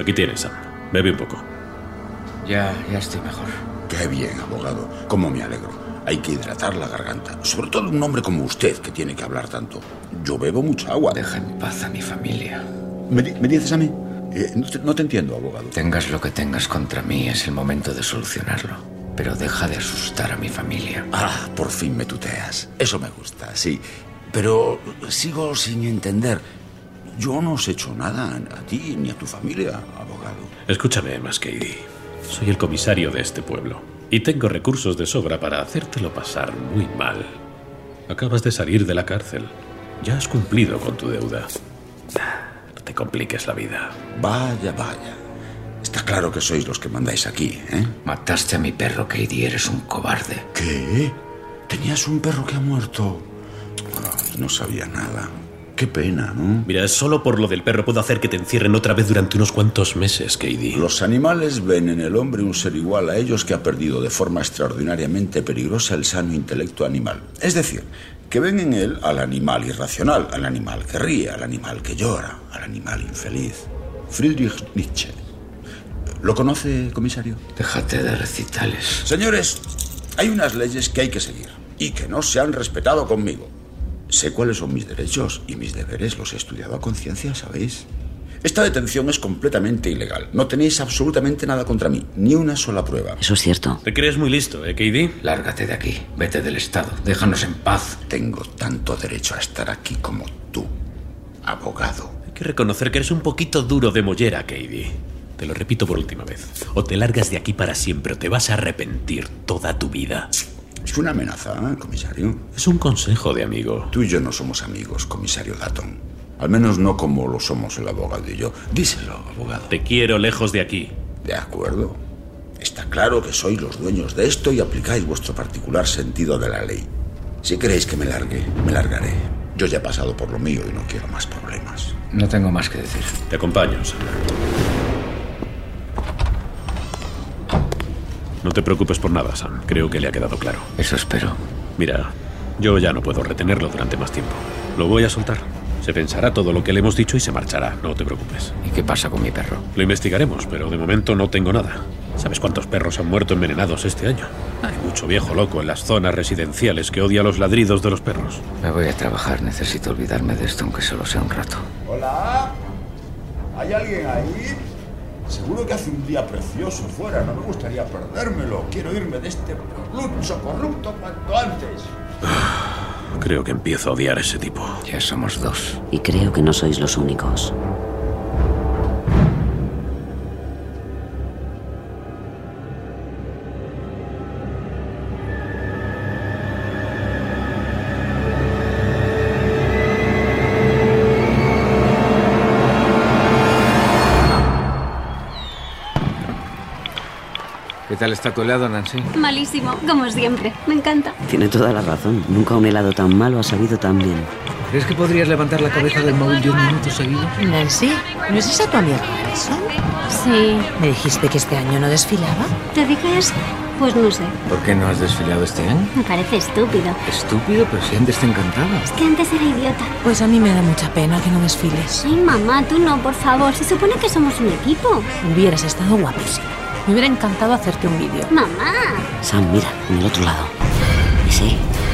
[SPEAKER 16] Aquí tienes, Sam. Bebe un poco.
[SPEAKER 7] Ya, ya estoy mejor.
[SPEAKER 3] Qué bien, abogado. Cómo me alegro. Hay que hidratar la garganta. Sobre todo un hombre como usted, que tiene que hablar tanto. Yo bebo mucha agua.
[SPEAKER 7] Deja en paz a mi familia.
[SPEAKER 3] ¿Me, di- me dices a mí? Eh, no, te, no te entiendo, abogado.
[SPEAKER 7] Tengas lo que tengas contra mí, es el momento de solucionarlo. Pero deja de asustar a mi familia.
[SPEAKER 3] Ah, por fin me tuteas. Eso me gusta, sí. Pero sigo sin entender. Yo no os he hecho nada a ti ni a tu familia, abogado.
[SPEAKER 16] Escúchame, más Katie. Soy el comisario de este pueblo y tengo recursos de sobra para hacértelo pasar muy mal. Acabas de salir de la cárcel. Ya has cumplido con tu deuda. No te compliques la vida.
[SPEAKER 3] Vaya, vaya. Está claro que sois los que mandáis aquí, ¿eh?
[SPEAKER 7] Mataste a mi perro, Katie, eres un cobarde.
[SPEAKER 3] ¿Qué? Tenías un perro que ha muerto. Ay, no sabía nada. Qué pena, ¿no?
[SPEAKER 13] Mira, solo por lo del perro puedo hacer que te encierren otra vez durante unos cuantos meses, Katie.
[SPEAKER 3] Los animales ven en el hombre un ser igual a ellos que ha perdido de forma extraordinariamente peligrosa el sano intelecto animal. Es decir, que ven en él al animal irracional, al animal que ríe, al animal que llora, al animal infeliz. Friedrich Nietzsche. ¿Lo conoce, comisario?
[SPEAKER 7] Déjate de recitales.
[SPEAKER 3] Señores, hay unas leyes que hay que seguir y que no se han respetado conmigo. Sé cuáles son mis derechos y mis deberes, los he estudiado a conciencia, ¿sabéis? Esta detención es completamente ilegal. No tenéis absolutamente nada contra mí, ni una sola prueba.
[SPEAKER 1] Eso es cierto.
[SPEAKER 13] Te crees muy listo, ¿eh, Katie?
[SPEAKER 7] Lárgate de aquí, vete del Estado, déjanos en paz.
[SPEAKER 3] Tengo tanto derecho a estar aquí como tú, abogado.
[SPEAKER 13] Hay que reconocer que eres un poquito duro de mollera, Katie. Te lo repito por última vez. O te largas de aquí para siempre o te vas a arrepentir toda tu vida.
[SPEAKER 3] Es una amenaza, ¿eh, comisario.
[SPEAKER 13] Es un consejo de amigo.
[SPEAKER 3] Tú y yo no somos amigos, comisario Datton. Al menos no como lo somos el abogado y yo. Díselo, abogado.
[SPEAKER 13] Te quiero lejos de aquí.
[SPEAKER 3] De acuerdo. Está claro que sois los dueños de esto y aplicáis vuestro particular sentido de la ley. Si queréis que me largue, me largaré. Yo ya he pasado por lo mío y no quiero más problemas.
[SPEAKER 7] No tengo más que decir.
[SPEAKER 13] Te acompaño, Sam. No te preocupes por nada, Sam. Creo que le ha quedado claro.
[SPEAKER 7] Eso espero.
[SPEAKER 13] Mira, yo ya no puedo retenerlo durante más tiempo. Lo voy a soltar. Se pensará todo lo que le hemos dicho y se marchará. No te preocupes.
[SPEAKER 7] ¿Y qué pasa con mi perro?
[SPEAKER 13] Lo investigaremos, pero de momento no tengo nada. ¿Sabes cuántos perros han muerto envenenados este año? Hay mucho viejo loco en las zonas residenciales que odia los ladridos de los perros.
[SPEAKER 7] Me voy a trabajar, necesito olvidarme de esto, aunque solo sea un rato.
[SPEAKER 17] Hola. ¿Hay alguien ahí? Seguro que hace un día precioso fuera. No me gustaría perdérmelo. Quiero irme de este lucho corrupto cuanto antes.
[SPEAKER 13] Creo que empiezo a odiar a ese tipo.
[SPEAKER 7] Ya somos dos.
[SPEAKER 1] Y creo que no sois los únicos.
[SPEAKER 7] ¿Qué tal está tu helado, Nancy?
[SPEAKER 15] Malísimo, como siempre. Me encanta.
[SPEAKER 1] Tiene toda la razón. Nunca un helado tan malo ha sabido tan bien.
[SPEAKER 7] ¿Crees que podrías levantar la cabeza del móvil diez minutos seguidos?
[SPEAKER 8] Nancy, ¿no es esa tu amiga Alison?
[SPEAKER 15] Sí.
[SPEAKER 8] ¿Me dijiste que este año no desfilaba?
[SPEAKER 15] ¿Te dije eso? Pues no sé.
[SPEAKER 7] ¿Por qué no has desfilado este año?
[SPEAKER 15] Me parece estúpido.
[SPEAKER 7] Estúpido, pero si antes te encantaba.
[SPEAKER 15] Es que antes era idiota.
[SPEAKER 8] Pues a mí me da mucha pena que no desfiles.
[SPEAKER 15] Ay, mamá, tú no, por favor. Se supone que somos un equipo.
[SPEAKER 8] Hubieras estado guapísima. Me hubiera encantado hacerte un vídeo.
[SPEAKER 15] Mamá.
[SPEAKER 1] Sam, mira, en el otro lado. Ese.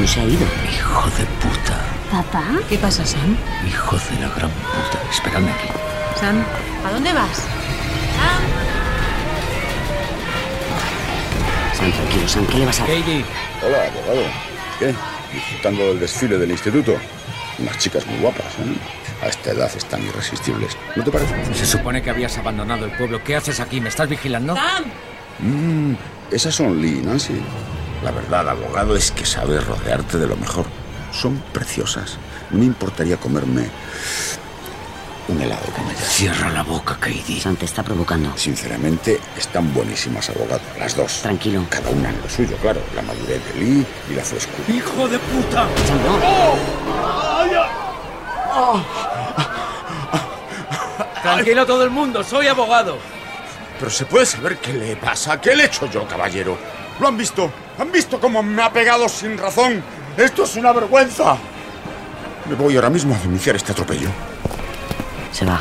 [SPEAKER 1] y se ha ido.
[SPEAKER 18] Hijo de puta.
[SPEAKER 19] ¿Papá?
[SPEAKER 8] ¿Qué pasa, Sam?
[SPEAKER 18] Hijo de la gran puta.
[SPEAKER 7] Esperadme aquí.
[SPEAKER 8] Sam, ¿a dónde vas?
[SPEAKER 1] Sam, tranquilo, Sam, ¿qué le vas a hacer?
[SPEAKER 3] Hola, abogado. ¿Qué? Disfrutando del desfile del instituto. Unas chicas muy guapas, ¿eh? A esta edad están irresistibles. ¿No te parece?
[SPEAKER 20] Se supone que habías abandonado el pueblo. ¿Qué haces aquí? ¿Me estás vigilando?
[SPEAKER 3] Mm, esas son Lee y Nancy. La verdad, abogado, es que sabes rodearte de lo mejor. Son preciosas. Me importaría comerme un helado con ellas.
[SPEAKER 18] Cierra la boca, Katie.
[SPEAKER 1] Sam te está provocando.
[SPEAKER 3] Sinceramente, están buenísimas, abogado. Las dos.
[SPEAKER 1] Tranquilo.
[SPEAKER 3] Cada una en lo suyo, claro. La madurez de Lee y la frescura.
[SPEAKER 18] Hijo de puta.
[SPEAKER 1] Sam, no.
[SPEAKER 21] Tranquilo todo el mundo, soy abogado.
[SPEAKER 3] Pero se puede saber qué le pasa. ¿Qué le he hecho yo, caballero? ¿Lo han visto? ¿Han visto cómo me ha pegado sin razón? Esto es una vergüenza. Me voy ahora mismo a denunciar este atropello.
[SPEAKER 1] Se va.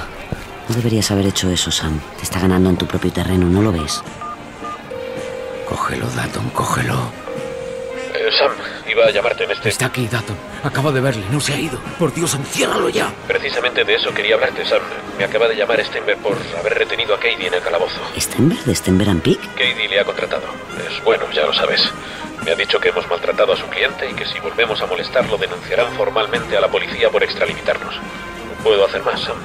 [SPEAKER 1] No deberías haber hecho eso, Sam. Te está ganando en tu propio terreno, ¿no lo ves?
[SPEAKER 7] Cógelo, Dalton, cógelo.
[SPEAKER 22] Eh, Sam, iba a llamarte en este.
[SPEAKER 7] Está aquí, Dalton. Acabo de verle. No se ha ido. Por Dios, enciérralo ya.
[SPEAKER 22] Precisamente de eso quería hablarte, Sam. Me acaba de llamar Steinberg por haber retenido a Katie en el calabozo.
[SPEAKER 1] ¿Stenberg de Stenberg and Peak?
[SPEAKER 22] Katie le ha contratado. Es bueno, ya lo sabes. Me ha dicho que hemos maltratado a su cliente y que si volvemos a molestarlo denunciarán formalmente a la policía por extralimitarnos. No puedo hacer más, Sam.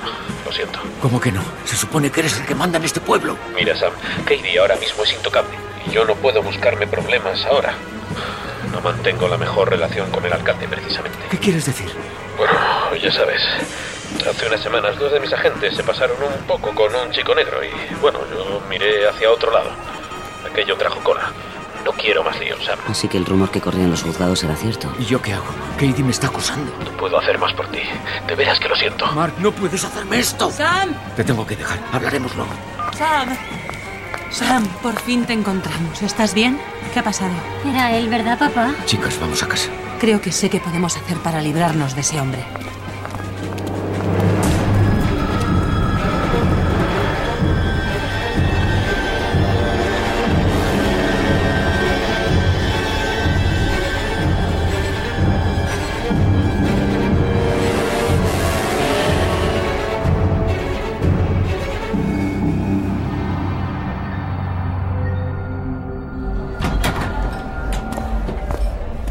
[SPEAKER 22] Lo siento.
[SPEAKER 7] ¿Cómo que no? Se supone que eres el que manda en este pueblo.
[SPEAKER 22] Mira, Sam, Katie ahora mismo es intocable. Y yo no puedo buscarme problemas ahora. No mantengo la mejor relación con el alcalde, precisamente.
[SPEAKER 7] ¿Qué quieres decir?
[SPEAKER 22] Bueno, ya sabes. Hace unas semanas dos de mis agentes se pasaron un poco con un chico negro y, bueno, yo miré hacia otro lado. Aquello trajo cola. No quiero más líos, Sam.
[SPEAKER 1] Así que el rumor que corría en los juzgados era cierto.
[SPEAKER 7] ¿Y yo qué hago? Katie me está acusando.
[SPEAKER 22] No puedo hacer más por ti. De veras que lo siento.
[SPEAKER 7] Mark, no puedes hacerme esto.
[SPEAKER 8] Sam,
[SPEAKER 7] Te tengo que dejar. Hablaremos luego.
[SPEAKER 8] Sam. Sam, por fin te encontramos. ¿Estás bien? ¿Qué ha pasado?
[SPEAKER 19] Era él, ¿verdad, papá?
[SPEAKER 7] Chicas, vamos a casa.
[SPEAKER 8] Creo que sé qué podemos hacer para librarnos de ese hombre.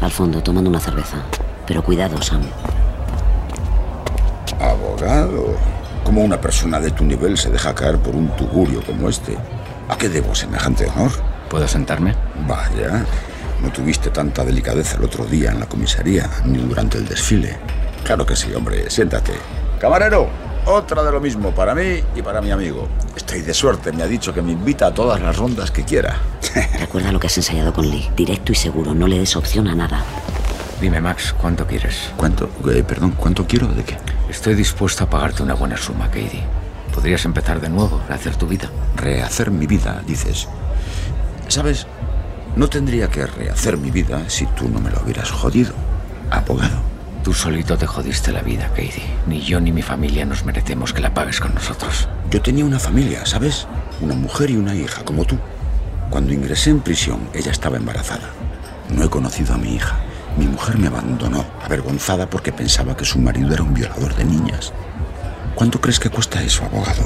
[SPEAKER 1] Al fondo, tomando una cerveza. Pero cuidado, Sam.
[SPEAKER 3] Abogado. ¿Cómo una persona de tu nivel se deja caer por un tugurio como este? ¿A qué debo semejante honor?
[SPEAKER 7] ¿Puedo sentarme?
[SPEAKER 3] Vaya, no tuviste tanta delicadeza el otro día en la comisaría, ni durante el desfile. Claro que sí, hombre, siéntate. Camarero, otra de lo mismo para mí y para mi amigo. Estoy de suerte, me ha dicho que me invita a todas las rondas que quiera.
[SPEAKER 1] Recuerda lo que has ensayado con Lee. Directo y seguro. No le des opción a nada.
[SPEAKER 7] Dime, Max, ¿cuánto quieres?
[SPEAKER 18] ¿Cuánto? eh, perdón, ¿cuánto quiero de qué?
[SPEAKER 7] Estoy dispuesto a pagarte una buena suma, Katie. Podrías empezar de nuevo, rehacer tu vida.
[SPEAKER 18] Rehacer mi vida, dices. ¿Sabes? No tendría que rehacer mi vida si tú no me lo hubieras jodido, abogado.
[SPEAKER 7] Tú solito te jodiste la vida, Katie. Ni yo ni mi familia nos merecemos que la pagues con nosotros.
[SPEAKER 18] Yo tenía una familia, ¿sabes? Una mujer y una hija, como tú. Cuando ingresé en prisión, ella estaba embarazada. No he conocido a mi hija. Mi mujer me abandonó, avergonzada porque pensaba que su marido era un violador de niñas. ¿Cuánto crees que cuesta eso, abogado?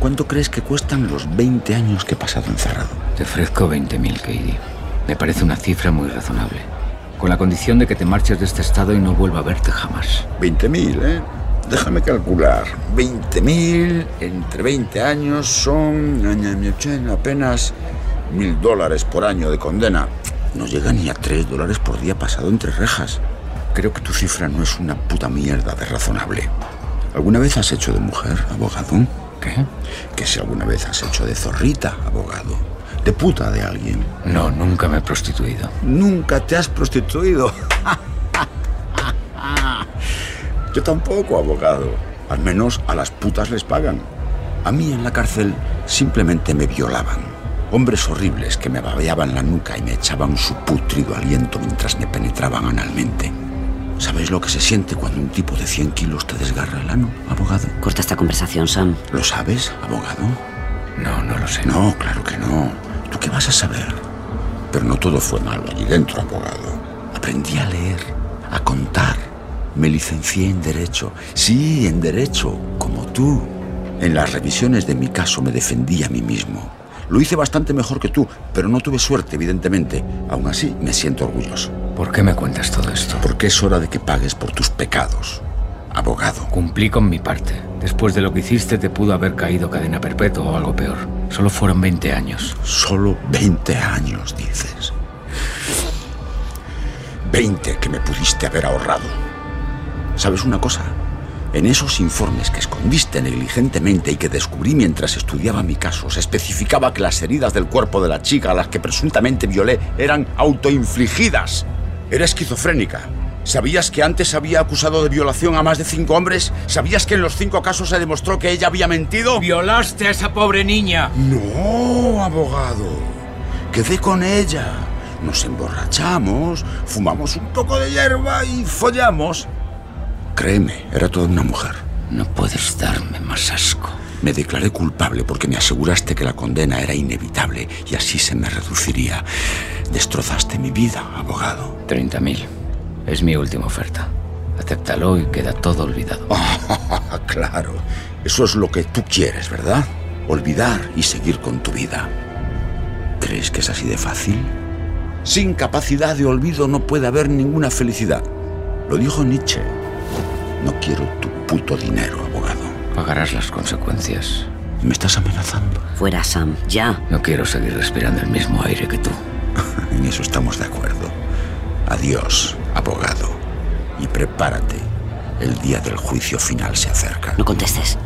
[SPEAKER 18] ¿Cuánto crees que cuestan los 20 años que he pasado encerrado?
[SPEAKER 7] Te ofrezco 20.000, Katie. Me parece una cifra muy razonable. Con la condición de que te marches de este estado y no vuelva a verte jamás.
[SPEAKER 3] 20.000, ¿eh? Déjame calcular. 20.000 entre 20 años son ña, ña, ña, ña, apenas mil dólares por año de condena.
[SPEAKER 18] No llega ni a 3 dólares por día pasado entre rejas. Creo que tu cifra no es una puta mierda de razonable. ¿Alguna vez has hecho de mujer, abogado?
[SPEAKER 7] ¿Qué?
[SPEAKER 18] Que si alguna vez has hecho de zorrita, abogado. De puta de alguien.
[SPEAKER 7] No, nunca me he prostituido.
[SPEAKER 3] Nunca te has prostituido. Yo tampoco, abogado.
[SPEAKER 18] Al menos a las putas les pagan. A mí en la cárcel simplemente me violaban. Hombres horribles que me babeaban la nuca y me echaban su putrido aliento mientras me penetraban analmente. ¿Sabéis lo que se siente cuando un tipo de 100 kilos te desgarra el ano, abogado?
[SPEAKER 1] Corta esta conversación, Sam.
[SPEAKER 18] ¿Lo sabes, abogado?
[SPEAKER 7] No, no lo sé.
[SPEAKER 18] No, claro que no. ¿Tú qué vas a saber? Pero no todo fue malo allí dentro, abogado.
[SPEAKER 3] Aprendí a leer, a contar. Me licencié en Derecho. Sí, en Derecho, como tú. En las revisiones de mi caso me defendí a mí mismo. Lo hice bastante mejor que tú, pero no tuve suerte, evidentemente. Aún así, me siento orgulloso.
[SPEAKER 7] ¿Por qué me cuentas todo esto?
[SPEAKER 3] Porque es hora de que pagues por tus pecados. Abogado.
[SPEAKER 7] Cumplí con mi parte. Después de lo que hiciste te pudo haber caído cadena perpetua o algo peor. Solo fueron 20 años.
[SPEAKER 3] Solo 20 años, dices. 20 que me pudiste haber ahorrado. ¿Sabes una cosa? En esos informes que escondiste negligentemente y que descubrí mientras estudiaba mi caso, se especificaba que las heridas del cuerpo de la chica a las que presuntamente violé eran autoinfligidas. Era esquizofrénica. ¿Sabías que antes había acusado de violación a más de cinco hombres? ¿Sabías que en los cinco casos se demostró que ella había mentido?
[SPEAKER 21] ¿Violaste a esa pobre niña?
[SPEAKER 3] No, abogado. Quedé con ella. Nos emborrachamos, fumamos un poco de hierba y follamos. Créeme, era toda una mujer.
[SPEAKER 7] No puedes darme más asco.
[SPEAKER 3] Me declaré culpable porque me aseguraste que la condena era inevitable y así se me reduciría. Destrozaste mi vida,
[SPEAKER 7] [laughs]
[SPEAKER 3] abogado.
[SPEAKER 7] 30.000. Es mi última oferta. Acéptalo y queda todo olvidado.
[SPEAKER 3] Ah, claro. Eso es lo que tú quieres, ¿verdad? Olvidar y seguir con tu vida. ¿Crees que es así de fácil? Sin capacidad de olvido no puede haber ninguna felicidad. Lo dijo Nietzsche. No quiero tu puto dinero, abogado.
[SPEAKER 7] Pagarás las consecuencias.
[SPEAKER 3] ¿Me estás amenazando?
[SPEAKER 1] Fuera, Sam, ya.
[SPEAKER 7] No quiero seguir respirando el mismo aire que tú.
[SPEAKER 3] [laughs] en eso estamos de acuerdo. Adiós, abogado. Y prepárate. El día del juicio final se acerca.
[SPEAKER 1] No contestes.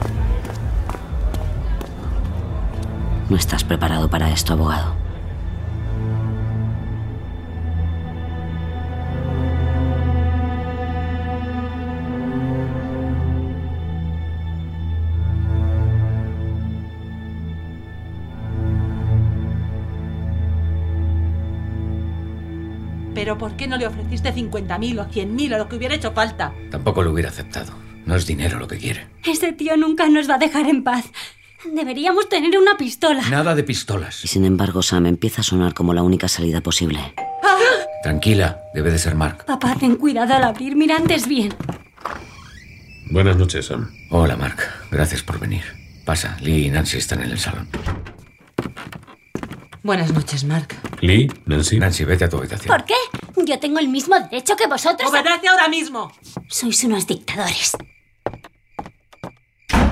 [SPEAKER 1] No estás preparado para esto, abogado.
[SPEAKER 23] Pero ¿por qué no le ofreciste 50.000 o 100.000 o lo que hubiera hecho falta?
[SPEAKER 7] Tampoco lo hubiera aceptado. No es dinero lo que quiere.
[SPEAKER 15] Ese tío nunca nos va a dejar en paz. Deberíamos tener una pistola.
[SPEAKER 7] Nada de pistolas.
[SPEAKER 1] Y sin embargo, Sam empieza a sonar como la única salida posible.
[SPEAKER 15] ¡Ah!
[SPEAKER 7] Tranquila, debe de ser Mark.
[SPEAKER 15] Papá, ten cuidado al abrir, mira antes bien.
[SPEAKER 13] Buenas noches, Sam.
[SPEAKER 7] Hola, Mark. Gracias por venir. Pasa, Lee y Nancy están en el salón.
[SPEAKER 8] Buenas noches, Mark.
[SPEAKER 13] Lee, Nancy.
[SPEAKER 7] Nancy, vete a tu habitación.
[SPEAKER 15] ¿Por qué? Yo tengo el mismo derecho que vosotros. a-
[SPEAKER 23] ¡Obedece ahora mismo!
[SPEAKER 15] Sois unos dictadores.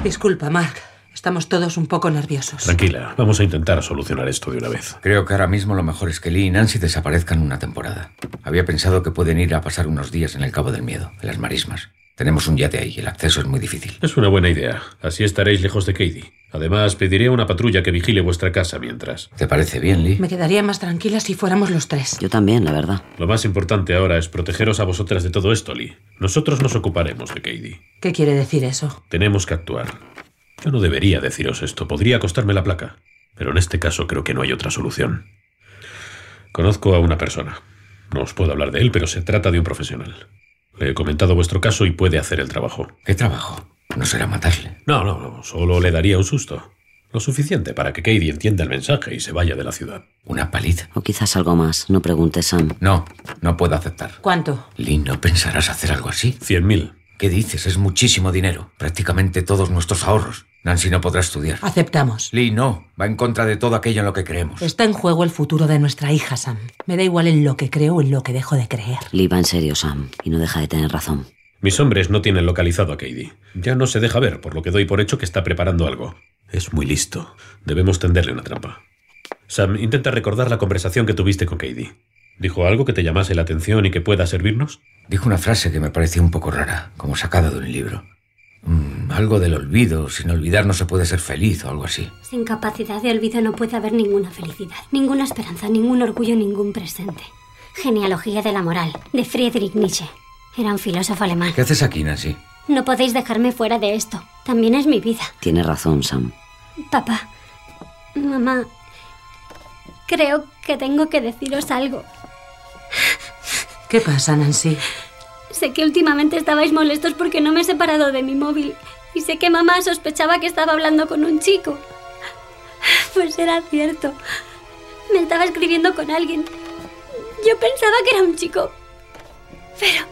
[SPEAKER 8] Disculpa, Mark. Estamos todos un poco nerviosos.
[SPEAKER 13] Tranquila, vamos a intentar solucionar esto de una vez.
[SPEAKER 7] Creo que ahora mismo lo mejor es que Lee y Nancy desaparezcan una temporada. Había pensado que pueden ir a pasar unos días en el Cabo del Miedo, en las marismas. Tenemos un yate ahí, el acceso es muy difícil.
[SPEAKER 13] Es una buena idea. Así estaréis lejos de Katie. Además, pediré a una patrulla que vigile vuestra casa mientras.
[SPEAKER 7] ¿Te parece bien, Lee?
[SPEAKER 8] Me quedaría más tranquila si fuéramos los tres.
[SPEAKER 1] Yo también, la verdad.
[SPEAKER 13] Lo más importante ahora es protegeros a vosotras de todo esto, Lee. Nosotros nos ocuparemos de Katie.
[SPEAKER 8] ¿Qué quiere decir eso?
[SPEAKER 13] Tenemos que actuar. Yo no debería deciros esto, podría costarme la placa. Pero en este caso creo que no hay otra solución. Conozco a una persona. No os puedo hablar de él, pero se trata de un profesional. Le he comentado vuestro caso y puede hacer el trabajo.
[SPEAKER 7] ¿Qué trabajo? No será matarle.
[SPEAKER 13] No, no, no, solo le daría un susto. Lo suficiente para que Katie entienda el mensaje y se vaya de la ciudad.
[SPEAKER 7] ¿Una paliza?
[SPEAKER 1] O quizás algo más. No preguntes, Sam.
[SPEAKER 7] No, no puedo aceptar.
[SPEAKER 8] ¿Cuánto?
[SPEAKER 7] Lee, ¿no pensarás hacer algo así?
[SPEAKER 13] Cien mil.
[SPEAKER 7] ¿Qué dices? Es muchísimo dinero. Prácticamente todos nuestros ahorros. Nancy no podrá estudiar.
[SPEAKER 8] Aceptamos.
[SPEAKER 7] Lee, no. Va en contra de todo aquello en lo que creemos.
[SPEAKER 8] Está en juego el futuro de nuestra hija, Sam. Me da igual en lo que creo o en lo que dejo de creer.
[SPEAKER 1] Lee va en serio, Sam. Y no deja de tener razón.
[SPEAKER 13] Mis hombres no tienen localizado a Katie. Ya no se deja ver, por lo que doy por hecho que está preparando algo. Es muy listo. Debemos tenderle una trampa. Sam, intenta recordar la conversación que tuviste con Katie. ¿Dijo algo que te llamase la atención y que pueda servirnos?
[SPEAKER 7] Dijo una frase que me pareció un poco rara, como sacada de un libro. Mm, algo del olvido, sin olvidar no se puede ser feliz o algo así.
[SPEAKER 15] Sin capacidad de olvido no puede haber ninguna felicidad, ninguna esperanza, ningún orgullo, ningún presente. Genealogía de la moral, de Friedrich Nietzsche. Era un filósofo alemán.
[SPEAKER 7] ¿Qué haces aquí, Nancy?
[SPEAKER 15] No podéis dejarme fuera de esto. También es mi vida.
[SPEAKER 1] Tiene razón, Sam.
[SPEAKER 15] Papá, mamá, creo que tengo que deciros algo.
[SPEAKER 8] ¿Qué pasa, Nancy?
[SPEAKER 15] Sé que últimamente estabais molestos porque no me he separado de mi móvil. Y sé que mamá sospechaba que estaba hablando con un chico. Pues era cierto. Me estaba escribiendo con alguien. Yo pensaba que era un chico, Pero.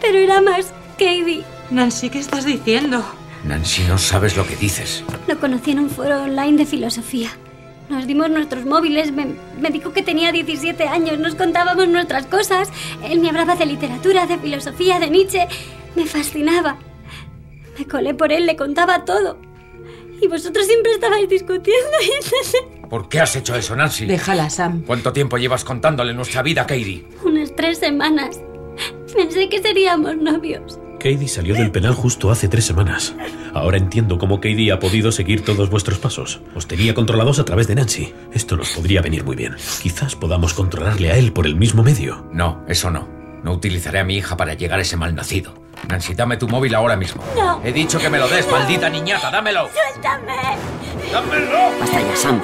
[SPEAKER 15] Pero era más, Katie.
[SPEAKER 8] Nancy, ¿qué estás diciendo?
[SPEAKER 6] Nancy, no sabes lo que dices.
[SPEAKER 15] Lo conocí en un foro online de filosofía. Nos dimos nuestros móviles, me, me dijo que tenía 17 años, nos contábamos nuestras cosas. Él me hablaba de literatura, de filosofía, de Nietzsche. Me fascinaba. Me colé por él, le contaba todo. Y vosotros siempre estabais discutiendo. y- [laughs]
[SPEAKER 7] ¿Por qué has hecho eso, Nancy?
[SPEAKER 8] Déjala, Sam.
[SPEAKER 7] ¿Cuánto tiempo llevas contándole nuestra vida, Katie?
[SPEAKER 15] Unas tres semanas. Pensé que seríamos novios.
[SPEAKER 13] Katie salió del penal justo hace tres semanas. Ahora entiendo cómo Katie ha podido seguir todos vuestros pasos. Os tenía controlados a través de Nancy. Esto nos podría venir muy bien. Quizás podamos controlarle a él por el mismo medio.
[SPEAKER 7] No, eso no. No utilizaré a mi hija para llegar a ese malnacido. Nancy, dame tu móvil ahora mismo.
[SPEAKER 15] No.
[SPEAKER 7] He dicho que me lo des,
[SPEAKER 15] No.
[SPEAKER 7] maldita niñata, dámelo.
[SPEAKER 15] ¡Suéltame!
[SPEAKER 7] Basta ya, Sam.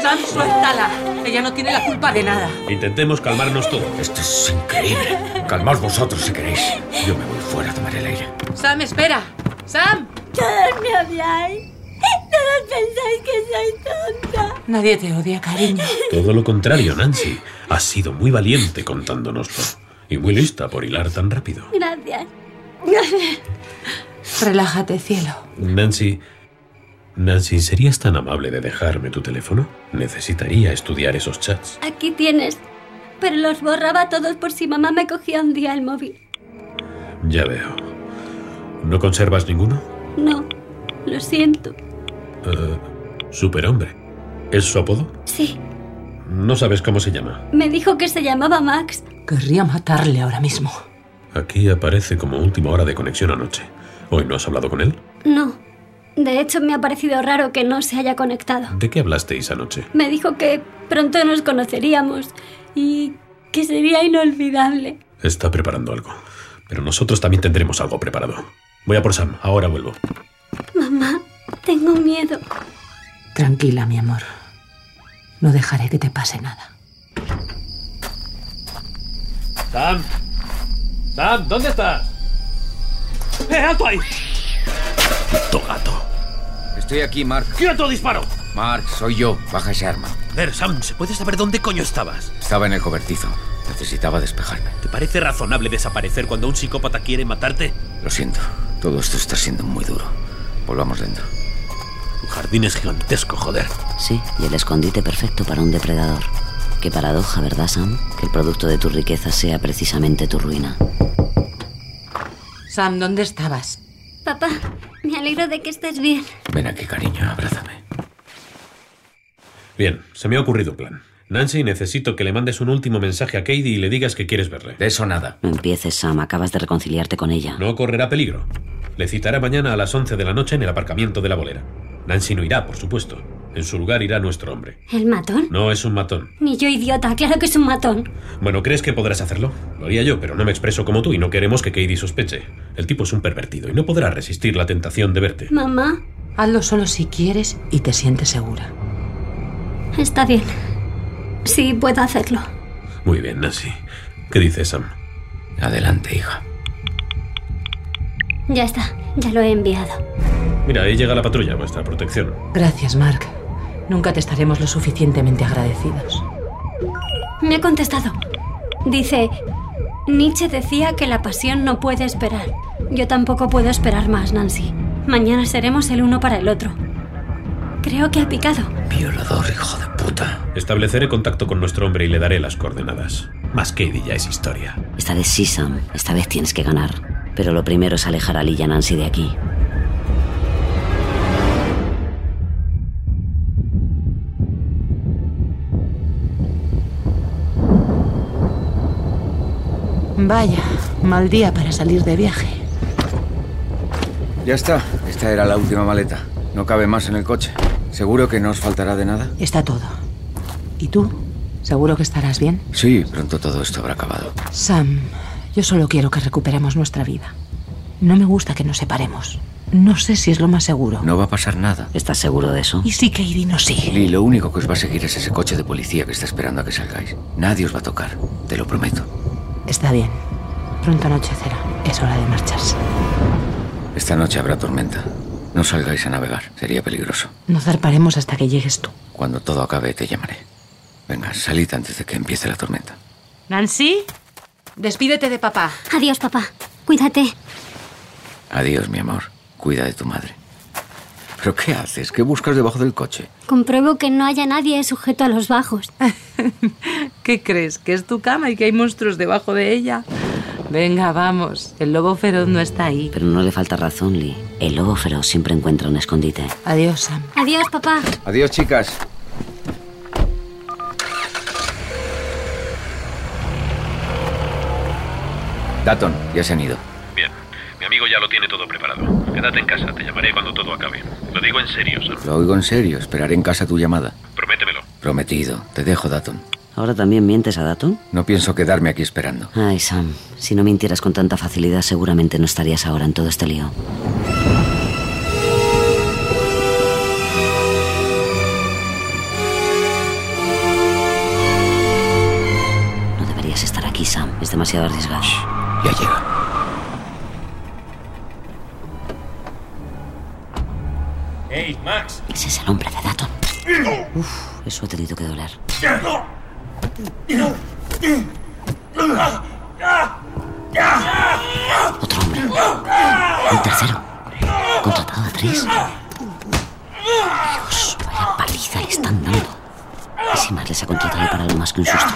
[SPEAKER 8] Sam, suéltala. Ella no tiene la culpa de nada.
[SPEAKER 13] Intentemos calmarnos todos.
[SPEAKER 7] Esto es increíble. Calmaos vosotros si queréis. Yo me voy fuera a tomar el aire.
[SPEAKER 8] Sam, espera. Sam.
[SPEAKER 15] Todos me odiáis. Todos pensáis que soy tonta.
[SPEAKER 8] Nadie te odia, cariño.
[SPEAKER 13] Todo lo contrario, Nancy. Has sido muy valiente contándonoslo. Y muy lista por hilar tan rápido.
[SPEAKER 15] Gracias.
[SPEAKER 8] Relájate, cielo.
[SPEAKER 13] Nancy. Nancy, ¿serías tan amable de dejarme tu teléfono? Necesitaría estudiar esos chats.
[SPEAKER 15] Aquí tienes. Pero los borraba todos por si mamá me cogía un día el móvil.
[SPEAKER 13] Ya veo. ¿No conservas ninguno?
[SPEAKER 15] No, lo siento.
[SPEAKER 13] Eh, superhombre. ¿Es su apodo?
[SPEAKER 15] Sí,
[SPEAKER 13] No sabes cómo se llama.
[SPEAKER 15] me dijo que se llamaba Max.
[SPEAKER 8] Querría matarle ahora mismo.
[SPEAKER 13] Aquí aparece como última hora de conexión anoche. ¿Hoy no has hablado con él?
[SPEAKER 15] No. De hecho, me ha parecido raro que no se haya conectado.
[SPEAKER 13] ¿De qué hablasteis anoche?
[SPEAKER 15] Me dijo que pronto nos conoceríamos y que sería inolvidable.
[SPEAKER 13] Está preparando algo. Pero nosotros también tendremos algo preparado. Voy a por Sam. Ahora vuelvo.
[SPEAKER 15] Mamá, tengo miedo.
[SPEAKER 8] Tranquila, mi amor. No dejaré que te pase nada.
[SPEAKER 13] Sam. Sam, ¿dónde estás?
[SPEAKER 14] ¡Eh, alto ahí!
[SPEAKER 7] Puto gato. Estoy aquí, Mark.
[SPEAKER 14] ¡Quieto, disparo!
[SPEAKER 7] Mark, soy yo. Baja ese arma.
[SPEAKER 24] Ver, Sam, ¿se puede saber dónde coño estabas?
[SPEAKER 7] Estaba en el cobertizo. Necesitaba despejarme.
[SPEAKER 24] ¿Te parece razonable desaparecer cuando un psicópata quiere matarte?
[SPEAKER 7] Lo siento. Todo esto está siendo muy duro. Volvamos dentro.
[SPEAKER 24] Tu jardín es gigantesco, joder.
[SPEAKER 1] Sí, y el escondite perfecto para un depredador. Qué paradoja, ¿verdad, Sam? Que el producto de tu riqueza sea precisamente tu ruina.
[SPEAKER 8] Sam, ¿dónde estabas?
[SPEAKER 15] Papá, me alegro de que estés bien.
[SPEAKER 7] Ven aquí, cariño. Abrázame.
[SPEAKER 13] Bien, se me ha ocurrido un plan. Nancy, necesito que le mandes un último mensaje a Katie y le digas que quieres verle.
[SPEAKER 7] De eso nada.
[SPEAKER 1] No empieces, Sam. Acabas de reconciliarte con ella.
[SPEAKER 13] No correrá peligro. Le citará mañana a las 11 de la noche en el aparcamiento de la bolera. Nancy no irá, por supuesto. En su lugar irá nuestro hombre.
[SPEAKER 15] ¿El matón?
[SPEAKER 13] No es un matón.
[SPEAKER 15] Ni yo, idiota. Claro que es un matón.
[SPEAKER 13] Bueno, ¿crees que podrás hacerlo? Lo haría yo, pero no me expreso como tú y no queremos que Katie sospeche. El tipo es un pervertido y no podrá resistir la tentación de verte.
[SPEAKER 15] Mamá,
[SPEAKER 8] Hazlo solo si quieres y te sientes segura.
[SPEAKER 15] está bien. Sí, puedo hacerlo.
[SPEAKER 13] Muy bien, Nancy. ¿Qué dices, Sam?
[SPEAKER 7] Adelante, hija.
[SPEAKER 15] Ya está, ya lo he enviado.
[SPEAKER 13] Mira, ahí llega la patrulla, vuestra protección.
[SPEAKER 8] Gracias, Mark. Nunca te estaremos lo suficientemente agradecidos.
[SPEAKER 15] Me ha contestado. Dice, Nietzsche decía que la pasión no puede esperar. Yo tampoco puedo esperar más, Nancy. Mañana seremos el uno para el otro. Creo que ha picado.
[SPEAKER 7] Violador, hijo de puta.
[SPEAKER 13] Estableceré contacto con nuestro hombre y le daré las coordenadas. Más Katie ya es historia.
[SPEAKER 1] Esta vez sí, Sam. Esta vez tienes que ganar. Pero lo primero es alejar a Lee y a Nancy de aquí.
[SPEAKER 8] Vaya, mal día para salir de viaje.
[SPEAKER 7] Ya está. Esta era la última maleta. No cabe más en el coche. ¿Seguro que no os faltará de nada?
[SPEAKER 8] Está todo. ¿Y tú? ¿Seguro que estarás bien?
[SPEAKER 7] Sí, pronto todo esto habrá acabado.
[SPEAKER 8] Sam, yo solo quiero que recuperemos nuestra vida. No me gusta que nos separemos. No sé si es lo más seguro.
[SPEAKER 7] No va a pasar nada.
[SPEAKER 1] ¿Estás seguro de eso?
[SPEAKER 8] Y sí, Katie, no sí.
[SPEAKER 7] Lee, lo único que os va a seguir es ese coche de policía que está esperando a que salgáis. Nadie os va a tocar, te lo prometo.
[SPEAKER 8] Está bien. Pronto anochecerá. Es hora de marcharse.
[SPEAKER 7] Esta noche habrá tormenta. No salgáis a navegar, sería peligroso.
[SPEAKER 8] No zarparemos hasta que llegues tú.
[SPEAKER 7] Cuando todo acabe te llamaré. Venga, salid antes de que empiece la tormenta.
[SPEAKER 8] ¿Nancy?
[SPEAKER 25] Despídete de papá.
[SPEAKER 15] Adiós, papá. Cuídate.
[SPEAKER 7] Adiós, mi amor. Cuida de tu madre. ¿Pero qué haces? ¿Qué buscas debajo del coche?
[SPEAKER 15] Compruebo que no haya nadie sujeto a los bajos.
[SPEAKER 8] ¿Qué crees? ¿Que es tu cama y que hay monstruos debajo de ella? Venga, vamos. El lobo feroz no está ahí.
[SPEAKER 1] Pero no le falta razón, Lee. El lobo feroz siempre encuentra un escondite.
[SPEAKER 8] Adiós, Sam.
[SPEAKER 15] Adiós, papá.
[SPEAKER 7] Adiós, chicas. Datton, ya se han ido.
[SPEAKER 22] Bien, mi amigo ya lo tiene todo preparado. Quédate en casa, te llamaré cuando todo acabe. Lo digo en serio, Sam.
[SPEAKER 7] Lo oigo en serio, esperaré en casa tu llamada.
[SPEAKER 22] Prométemelo.
[SPEAKER 7] Prometido, te dejo, Datton.
[SPEAKER 1] ¿Ahora también mientes a Dato?
[SPEAKER 7] No pienso quedarme aquí esperando.
[SPEAKER 1] Ay, Sam, si no mintieras con tanta facilidad, seguramente no estarías ahora en todo este lío. No deberías estar aquí, Sam. Es demasiado arriesgado.
[SPEAKER 7] Ya llega.
[SPEAKER 24] ¡Hey, Max!
[SPEAKER 1] Ese es el hombre de Dato. Uf, eso ha tenido que doler. Otro hombre. Un tercero. Contratado a tres. Dios, vaya paliza le están dando. Y si más les ha contratado para algo más que un susto.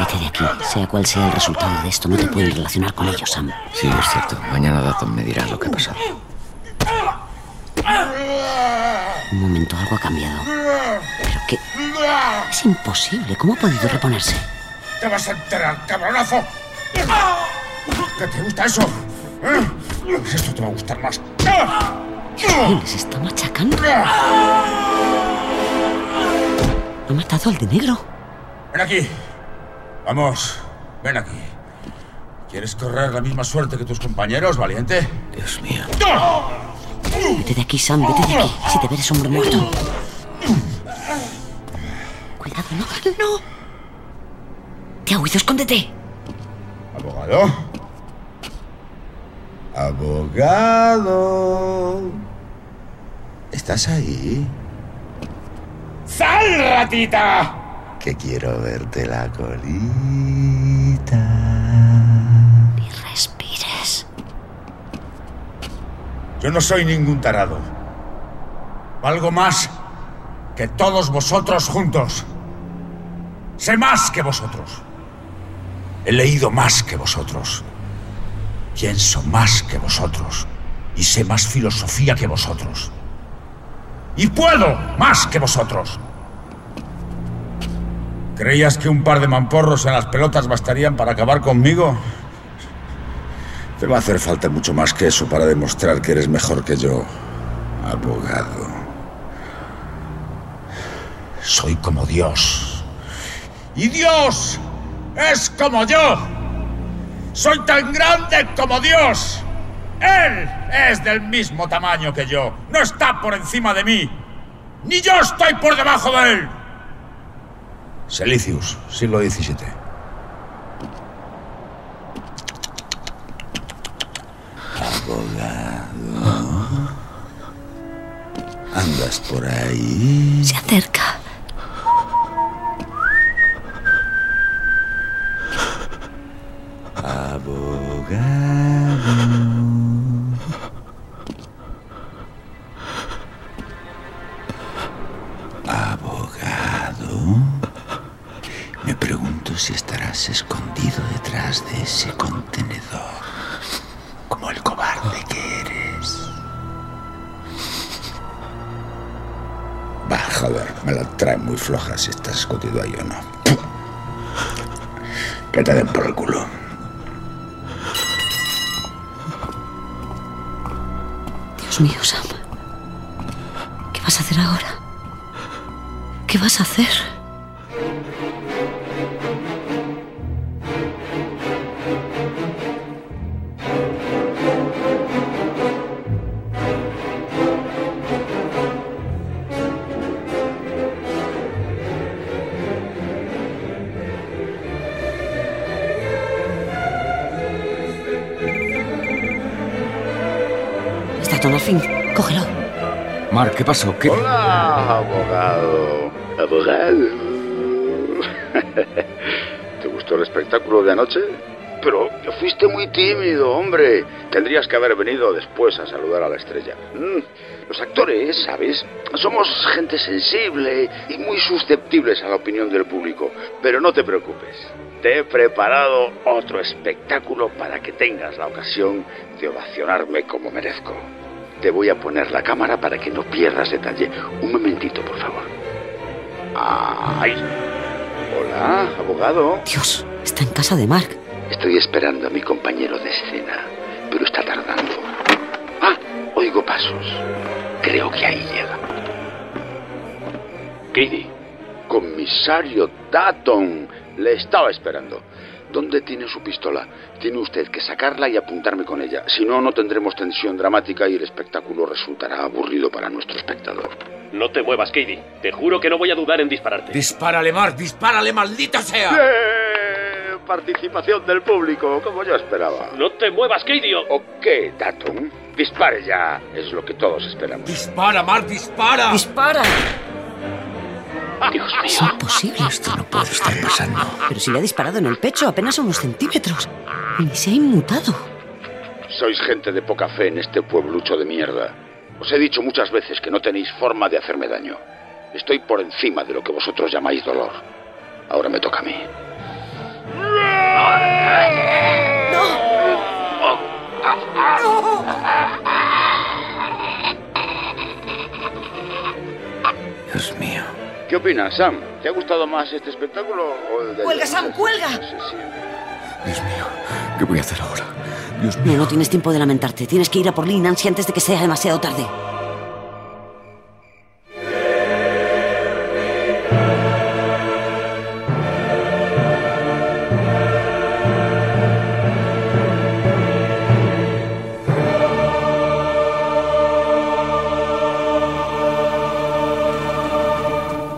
[SPEAKER 1] Vete de aquí. Sea cual sea el resultado de esto, no te pueden relacionar con ellos, Sam.
[SPEAKER 7] Sí, es cierto. Mañana Datton me dirá lo que ha pasado.
[SPEAKER 1] Un momento, algo ha cambiado. Pero qué... Es imposible. ¿Cómo ha podido reponerse?
[SPEAKER 21] Te vas a enterar, cabronazo. ¿Qué te gusta eso? ¿Eh? Esto te va a gustar más.
[SPEAKER 1] Él les está machacando. Ha matado al de negro.
[SPEAKER 21] Ven aquí. Vamos, ven aquí. ¿Quieres correr la misma suerte que tus compañeros, valiente?
[SPEAKER 7] Dios mío.
[SPEAKER 1] Vete de aquí, Sam, vete de aquí. Si te veres hombre muerto. Cuidado, no, no. Te ha huido, escóndete.
[SPEAKER 21] ¿Abogado? Abogado.
[SPEAKER 3] ¿Estás ahí?
[SPEAKER 21] ¡Sal, ratita!
[SPEAKER 3] Que quiero verte la colita.
[SPEAKER 1] Ni respires.
[SPEAKER 21] Yo no soy ningún tarado. Valgo más que todos vosotros juntos. Sé más que vosotros. He leído más que vosotros. Pienso más que vosotros. Y sé más filosofía que vosotros. Y puedo más que vosotros. ¿Creías que un par de mamporros en las pelotas bastarían para acabar conmigo?
[SPEAKER 26] Te va a hacer falta mucho más que eso para demostrar que eres mejor que yo, abogado.
[SPEAKER 21] Soy como Dios. Y Dios es como yo. Soy tan grande como Dios. Él es del mismo tamaño que yo. No está por encima de mí. Ni yo estoy por debajo de él.
[SPEAKER 26] Selicius, siglo XVII.
[SPEAKER 3] Abogado. ¿Andas por ahí?
[SPEAKER 1] Se acerca.
[SPEAKER 3] Abogado. Abogado. Me pregunto si estarás escondido detrás de ese contenedor. Como el cobarde que eres.
[SPEAKER 26] Va, joder, me la traen muy floja si estás escondido ahí o no. Que te den por el culo.
[SPEAKER 1] Dios mío, Sam. ¿Qué vas a hacer ahora? ¿Qué vas a hacer? Está todo al fin. Cógelo.
[SPEAKER 7] Mark, ¿qué pasó? ¿Qué...
[SPEAKER 3] [laughs]
[SPEAKER 27] Hola, abogado. Abogado. ¿Te
[SPEAKER 3] visto el espectáculo de anoche? Pero que fuiste muy tímido, hombre. Tendrías que haber venido después a saludar a la estrella. Mm, Los actores, ¿sabes? Somos gente sensible y muy susceptibles a la opinión del público. Pero no te preocupes. Te he preparado otro espectáculo para que tengas la ocasión de ovacionarme como merezco. Te voy a poner la cámara para que no pierdas detalle. Un momentito, por favor. ¡Ay! Hola, abogado.
[SPEAKER 1] Dios, está en casa de Mark.
[SPEAKER 3] Estoy esperando a mi compañero de escena, pero está tardando. Ah, oigo pasos. Creo que ahí llega. Katie. Comisario Datton, le estaba esperando. ¿Dónde tiene su pistola? Tiene usted que sacarla y apuntarme con ella. Si no, no tendremos tensión dramática y el espectáculo resultará aburrido para nuestro espectador.
[SPEAKER 13] No te muevas, Katie. Te juro que no voy a dudar en dispararte.
[SPEAKER 21] Dispárale, Mark, dispárale, maldita sea.
[SPEAKER 3] Participación del público, como yo esperaba.
[SPEAKER 13] No te muevas, Katie. o-
[SPEAKER 3] Ok, Datton. Dispare ya. Es lo que todos esperamos.
[SPEAKER 21] Dispara, Mark, dispara.
[SPEAKER 1] Dispara.
[SPEAKER 3] Dios
[SPEAKER 1] Es imposible. Esto no puede estar pasando. Pero si le ha disparado en el pecho, apenas a unos centímetros. Y Ni se ha inmutado.
[SPEAKER 3] Sois gente de poca fe en este pueblucho de mierda. Os he dicho muchas veces que no tenéis forma de hacerme daño. Estoy por encima de lo que vosotros llamáis dolor. Ahora me toca a mí.
[SPEAKER 28] Dios mío.
[SPEAKER 3] ¿Qué opinas, Sam? ¿Te ha gustado más este espectáculo o el de
[SPEAKER 1] ¡Cuelga,
[SPEAKER 3] ayer?
[SPEAKER 1] Sam, cuelga!
[SPEAKER 28] ¿Qué voy a hacer ahora? Dios
[SPEAKER 1] mío. No tienes tiempo de lamentarte. Tienes que ir a por Lee y Nancy antes de que sea demasiado tarde.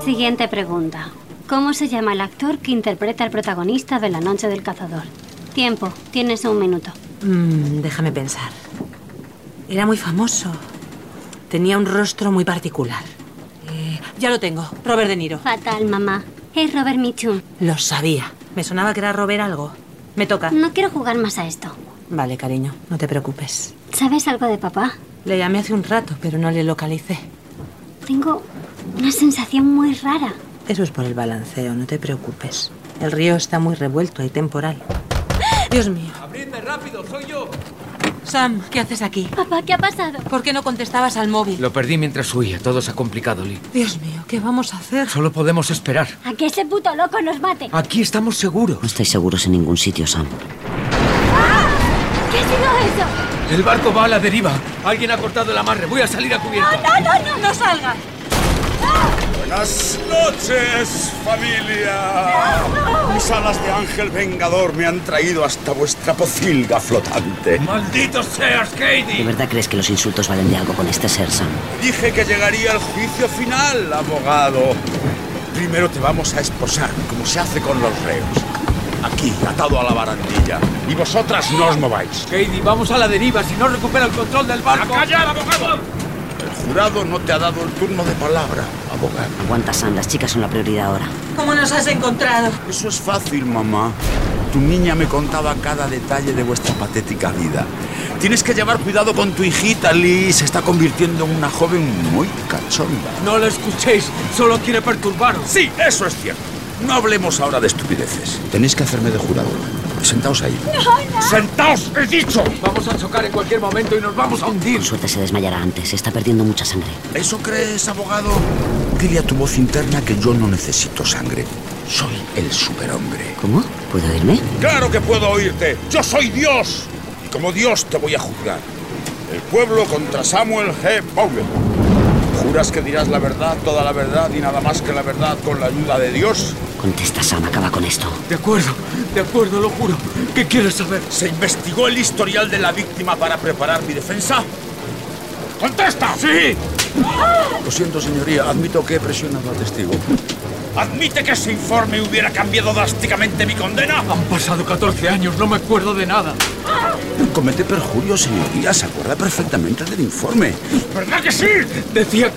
[SPEAKER 15] Siguiente pregunta. ¿Cómo se llama el actor que interpreta al protagonista de La Noche del Cazador? Tiempo, tienes un minuto.
[SPEAKER 8] Mm, déjame pensar. Era muy famoso. Tenía un rostro muy particular. Eh, ya lo tengo, Robert De Niro.
[SPEAKER 15] Fatal, mamá. Es Robert Mitchum.
[SPEAKER 8] Lo sabía. Me sonaba que era Robert algo. Me toca.
[SPEAKER 15] No quiero jugar más a esto.
[SPEAKER 8] Vale, cariño, no te preocupes.
[SPEAKER 15] ¿Sabes algo de papá?
[SPEAKER 8] Le llamé hace un rato, pero no le localicé.
[SPEAKER 15] Tengo una sensación muy rara.
[SPEAKER 8] Eso es por el balanceo, no te preocupes. El río está muy revuelto, hay temporal. Dios mío.
[SPEAKER 29] ¡Abridme rápido, soy yo!
[SPEAKER 8] Sam, ¿qué haces aquí?
[SPEAKER 15] Papá, ¿qué ha pasado?
[SPEAKER 8] ¿Por qué no contestabas al móvil?
[SPEAKER 7] Lo perdí mientras huía. Todo se ha complicado, Lee.
[SPEAKER 8] Dios mío, ¿qué vamos a hacer?
[SPEAKER 7] Solo podemos esperar.
[SPEAKER 15] A que ese puto loco nos mate.
[SPEAKER 7] Aquí estamos seguros.
[SPEAKER 1] No estáis seguros en ningún sitio, Sam.
[SPEAKER 15] ¿Qué ha sido eso?
[SPEAKER 21] El barco va a la deriva. Alguien ha cortado el amarre. Voy a salir a cubierta.
[SPEAKER 15] no, no, no! ¡No salgas!
[SPEAKER 30] Buenas noches, familia. Mis alas de ángel vengador me han traído hasta vuestra pocilga flotante.
[SPEAKER 21] ¡Maldito seas,
[SPEAKER 1] ¿De
[SPEAKER 21] Katie!
[SPEAKER 1] verdad crees que los insultos valen de algo con este ser, Sam?
[SPEAKER 30] Dije que llegaría al juicio final, abogado. Primero te vamos a esposar, como se hace con los reos.
[SPEAKER 31] Aquí, atado a la barandilla. Y vosotras no os mováis.
[SPEAKER 21] Katie, vamos a la deriva. Si no recupera el control del
[SPEAKER 30] ¡Ah,
[SPEAKER 21] barco. ¡Callad, abogado!
[SPEAKER 30] El jurado no te ha dado el turno de palabra, abogado.
[SPEAKER 1] Aguanta, Sam. Las chicas son la prioridad ahora.
[SPEAKER 8] ¿Cómo nos has encontrado?
[SPEAKER 30] Eso es fácil, mamá. Tu niña me contaba cada detalle de vuestra patética vida. Tienes que llevar cuidado con tu hijita, Lee. Se está convirtiendo en una joven muy cachonda.
[SPEAKER 21] No la escuchéis. Solo quiere perturbaros.
[SPEAKER 30] Sí, eso es cierto. No hablemos ahora de estupideces.
[SPEAKER 28] Tenéis que hacerme de jurado. Sentaos ahí.
[SPEAKER 21] ¡Sentaos! ¡He dicho! Vamos a chocar en cualquier momento y nos vamos a hundir.
[SPEAKER 1] Con suerte se desmayará antes. Está perdiendo mucha sangre.
[SPEAKER 30] ¿Eso crees, abogado?
[SPEAKER 28] Dile a tu voz interna que yo no necesito sangre. Soy el superhombre.
[SPEAKER 1] ¿Cómo? ¿Puedo oírme?
[SPEAKER 30] Claro que puedo oírte. Yo soy Dios. Y como Dios te voy a juzgar. El pueblo contra Samuel G. Powell. ¿Juras que dirás la verdad, toda la verdad y nada más que la verdad con la ayuda de Dios?
[SPEAKER 1] Contesta, Sam. Acaba con esto.
[SPEAKER 21] De acuerdo, de acuerdo, lo juro. ¿Qué quieres saber?
[SPEAKER 30] ¿Se investigó el historial de la víctima para preparar mi defensa? ¡Contesta! ¡Sí!
[SPEAKER 28] Lo siento, señoría. Admito que he presionado al testigo.
[SPEAKER 30] ¿Admite que ese informe hubiera cambiado drásticamente mi condena?
[SPEAKER 21] Han pasado 14 años, no me acuerdo de nada.
[SPEAKER 28] Comete perjurio, señoría. Se acuerda perfectamente del informe.
[SPEAKER 21] ¿Verdad que sí? Decía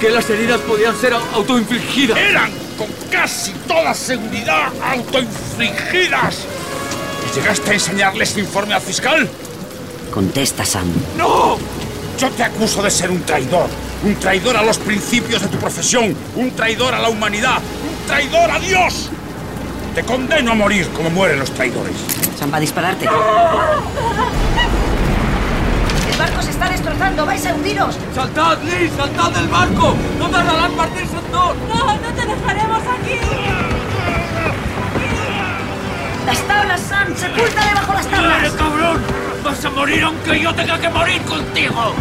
[SPEAKER 21] que las heridas podían ser autoinfligidas.
[SPEAKER 30] ¡Eran!
[SPEAKER 21] con casi toda seguridad autoinfligidas. ¿Y llegaste a enseñarle este informe al fiscal?
[SPEAKER 1] Contesta Sam.
[SPEAKER 21] ¡No! Yo te acuso de ser un traidor. Un traidor a los principios de tu profesión. Un traidor a la humanidad. Un traidor a Dios. Te condeno a morir como mueren los traidores.
[SPEAKER 1] Sam va a dispararte.
[SPEAKER 4] El barco se está destrozando, vais a hundiros.
[SPEAKER 14] ¡Saltad, Liz! ¡Saltad del barco! ¡No tardarán partirse en dos!
[SPEAKER 4] ¡No, no te dejaremos aquí! ¡Las tablas, Sam! ¡Sepúltale bajo las tablas!
[SPEAKER 14] cabrón! ¡Vas a morir aunque yo tenga que morir contigo!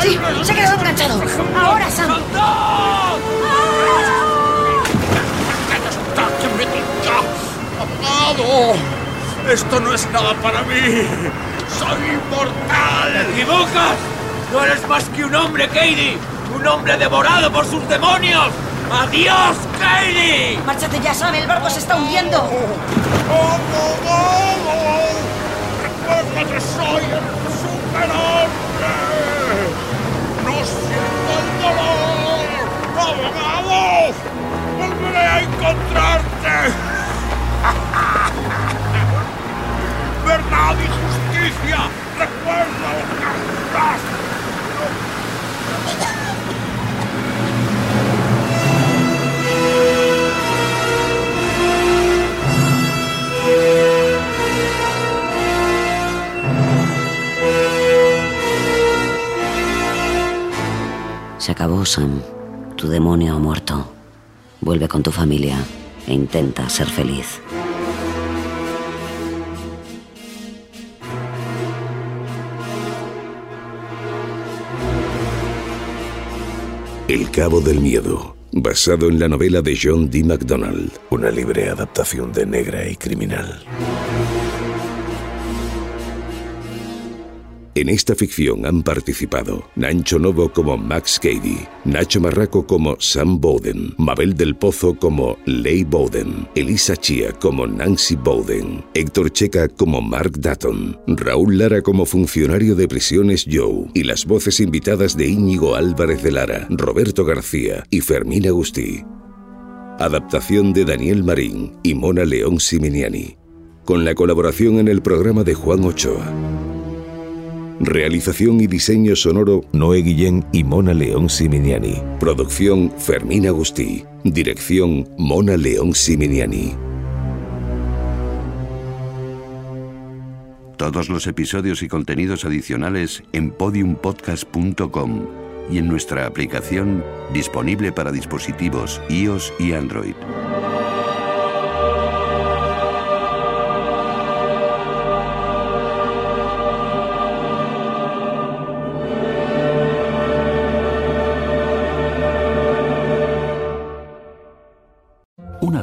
[SPEAKER 4] Sí, se ha quedado enganchado. Ahora, Sam.
[SPEAKER 14] Ah.
[SPEAKER 21] ¡Ataque, me toca! ¡Abogado! Esto no es nada para mí. Soy
[SPEAKER 14] ¡Te
[SPEAKER 21] inmortal.
[SPEAKER 14] equivocas! ¡No eres más que un hombre, Katie! ¡Un hombre devorado por sus demonios! ¡Adiós, Katie! Oh.
[SPEAKER 4] Márchate ya, Sam. El barco se está hundiendo.
[SPEAKER 21] ¡Recuerda que soy el superhombre! ¡No siento el dolor! ¡Abogado! ¡Volveré a encontrarte! ¡Verdad y justicia! ¡Recuerda lo que harás!
[SPEAKER 1] Se acabó, Sam. Tu demonio ha muerto. Vuelve con tu familia e intenta ser feliz.
[SPEAKER 27] El Cabo del Miedo, basado en la novela de John D. MacDonald, una libre adaptación de Negra y Criminal. En esta ficción han participado Nancho Novo como Max Cady, Nacho Marraco como Sam Bowden, Mabel del Pozo como Leigh Bowden, Elisa Chía como Nancy Bowden, Héctor Checa como Mark Datton, Raúl Lara como funcionario de prisiones Joe y las voces invitadas de Íñigo Álvarez de Lara, Roberto García y Fermín Agustí. Adaptación de Daniel Marín y Mona León Siminiani, con la colaboración en el programa de Juan Ochoa. Realización y diseño sonoro Noé Guillén y Mona León Siminiani. Producción Fermín Agustí. Dirección Mona León Siminiani.
[SPEAKER 5] Todos los episodios y contenidos adicionales en podiumpodcast.com y en nuestra aplicación disponible para dispositivos iOS y Android.
[SPEAKER 32] Una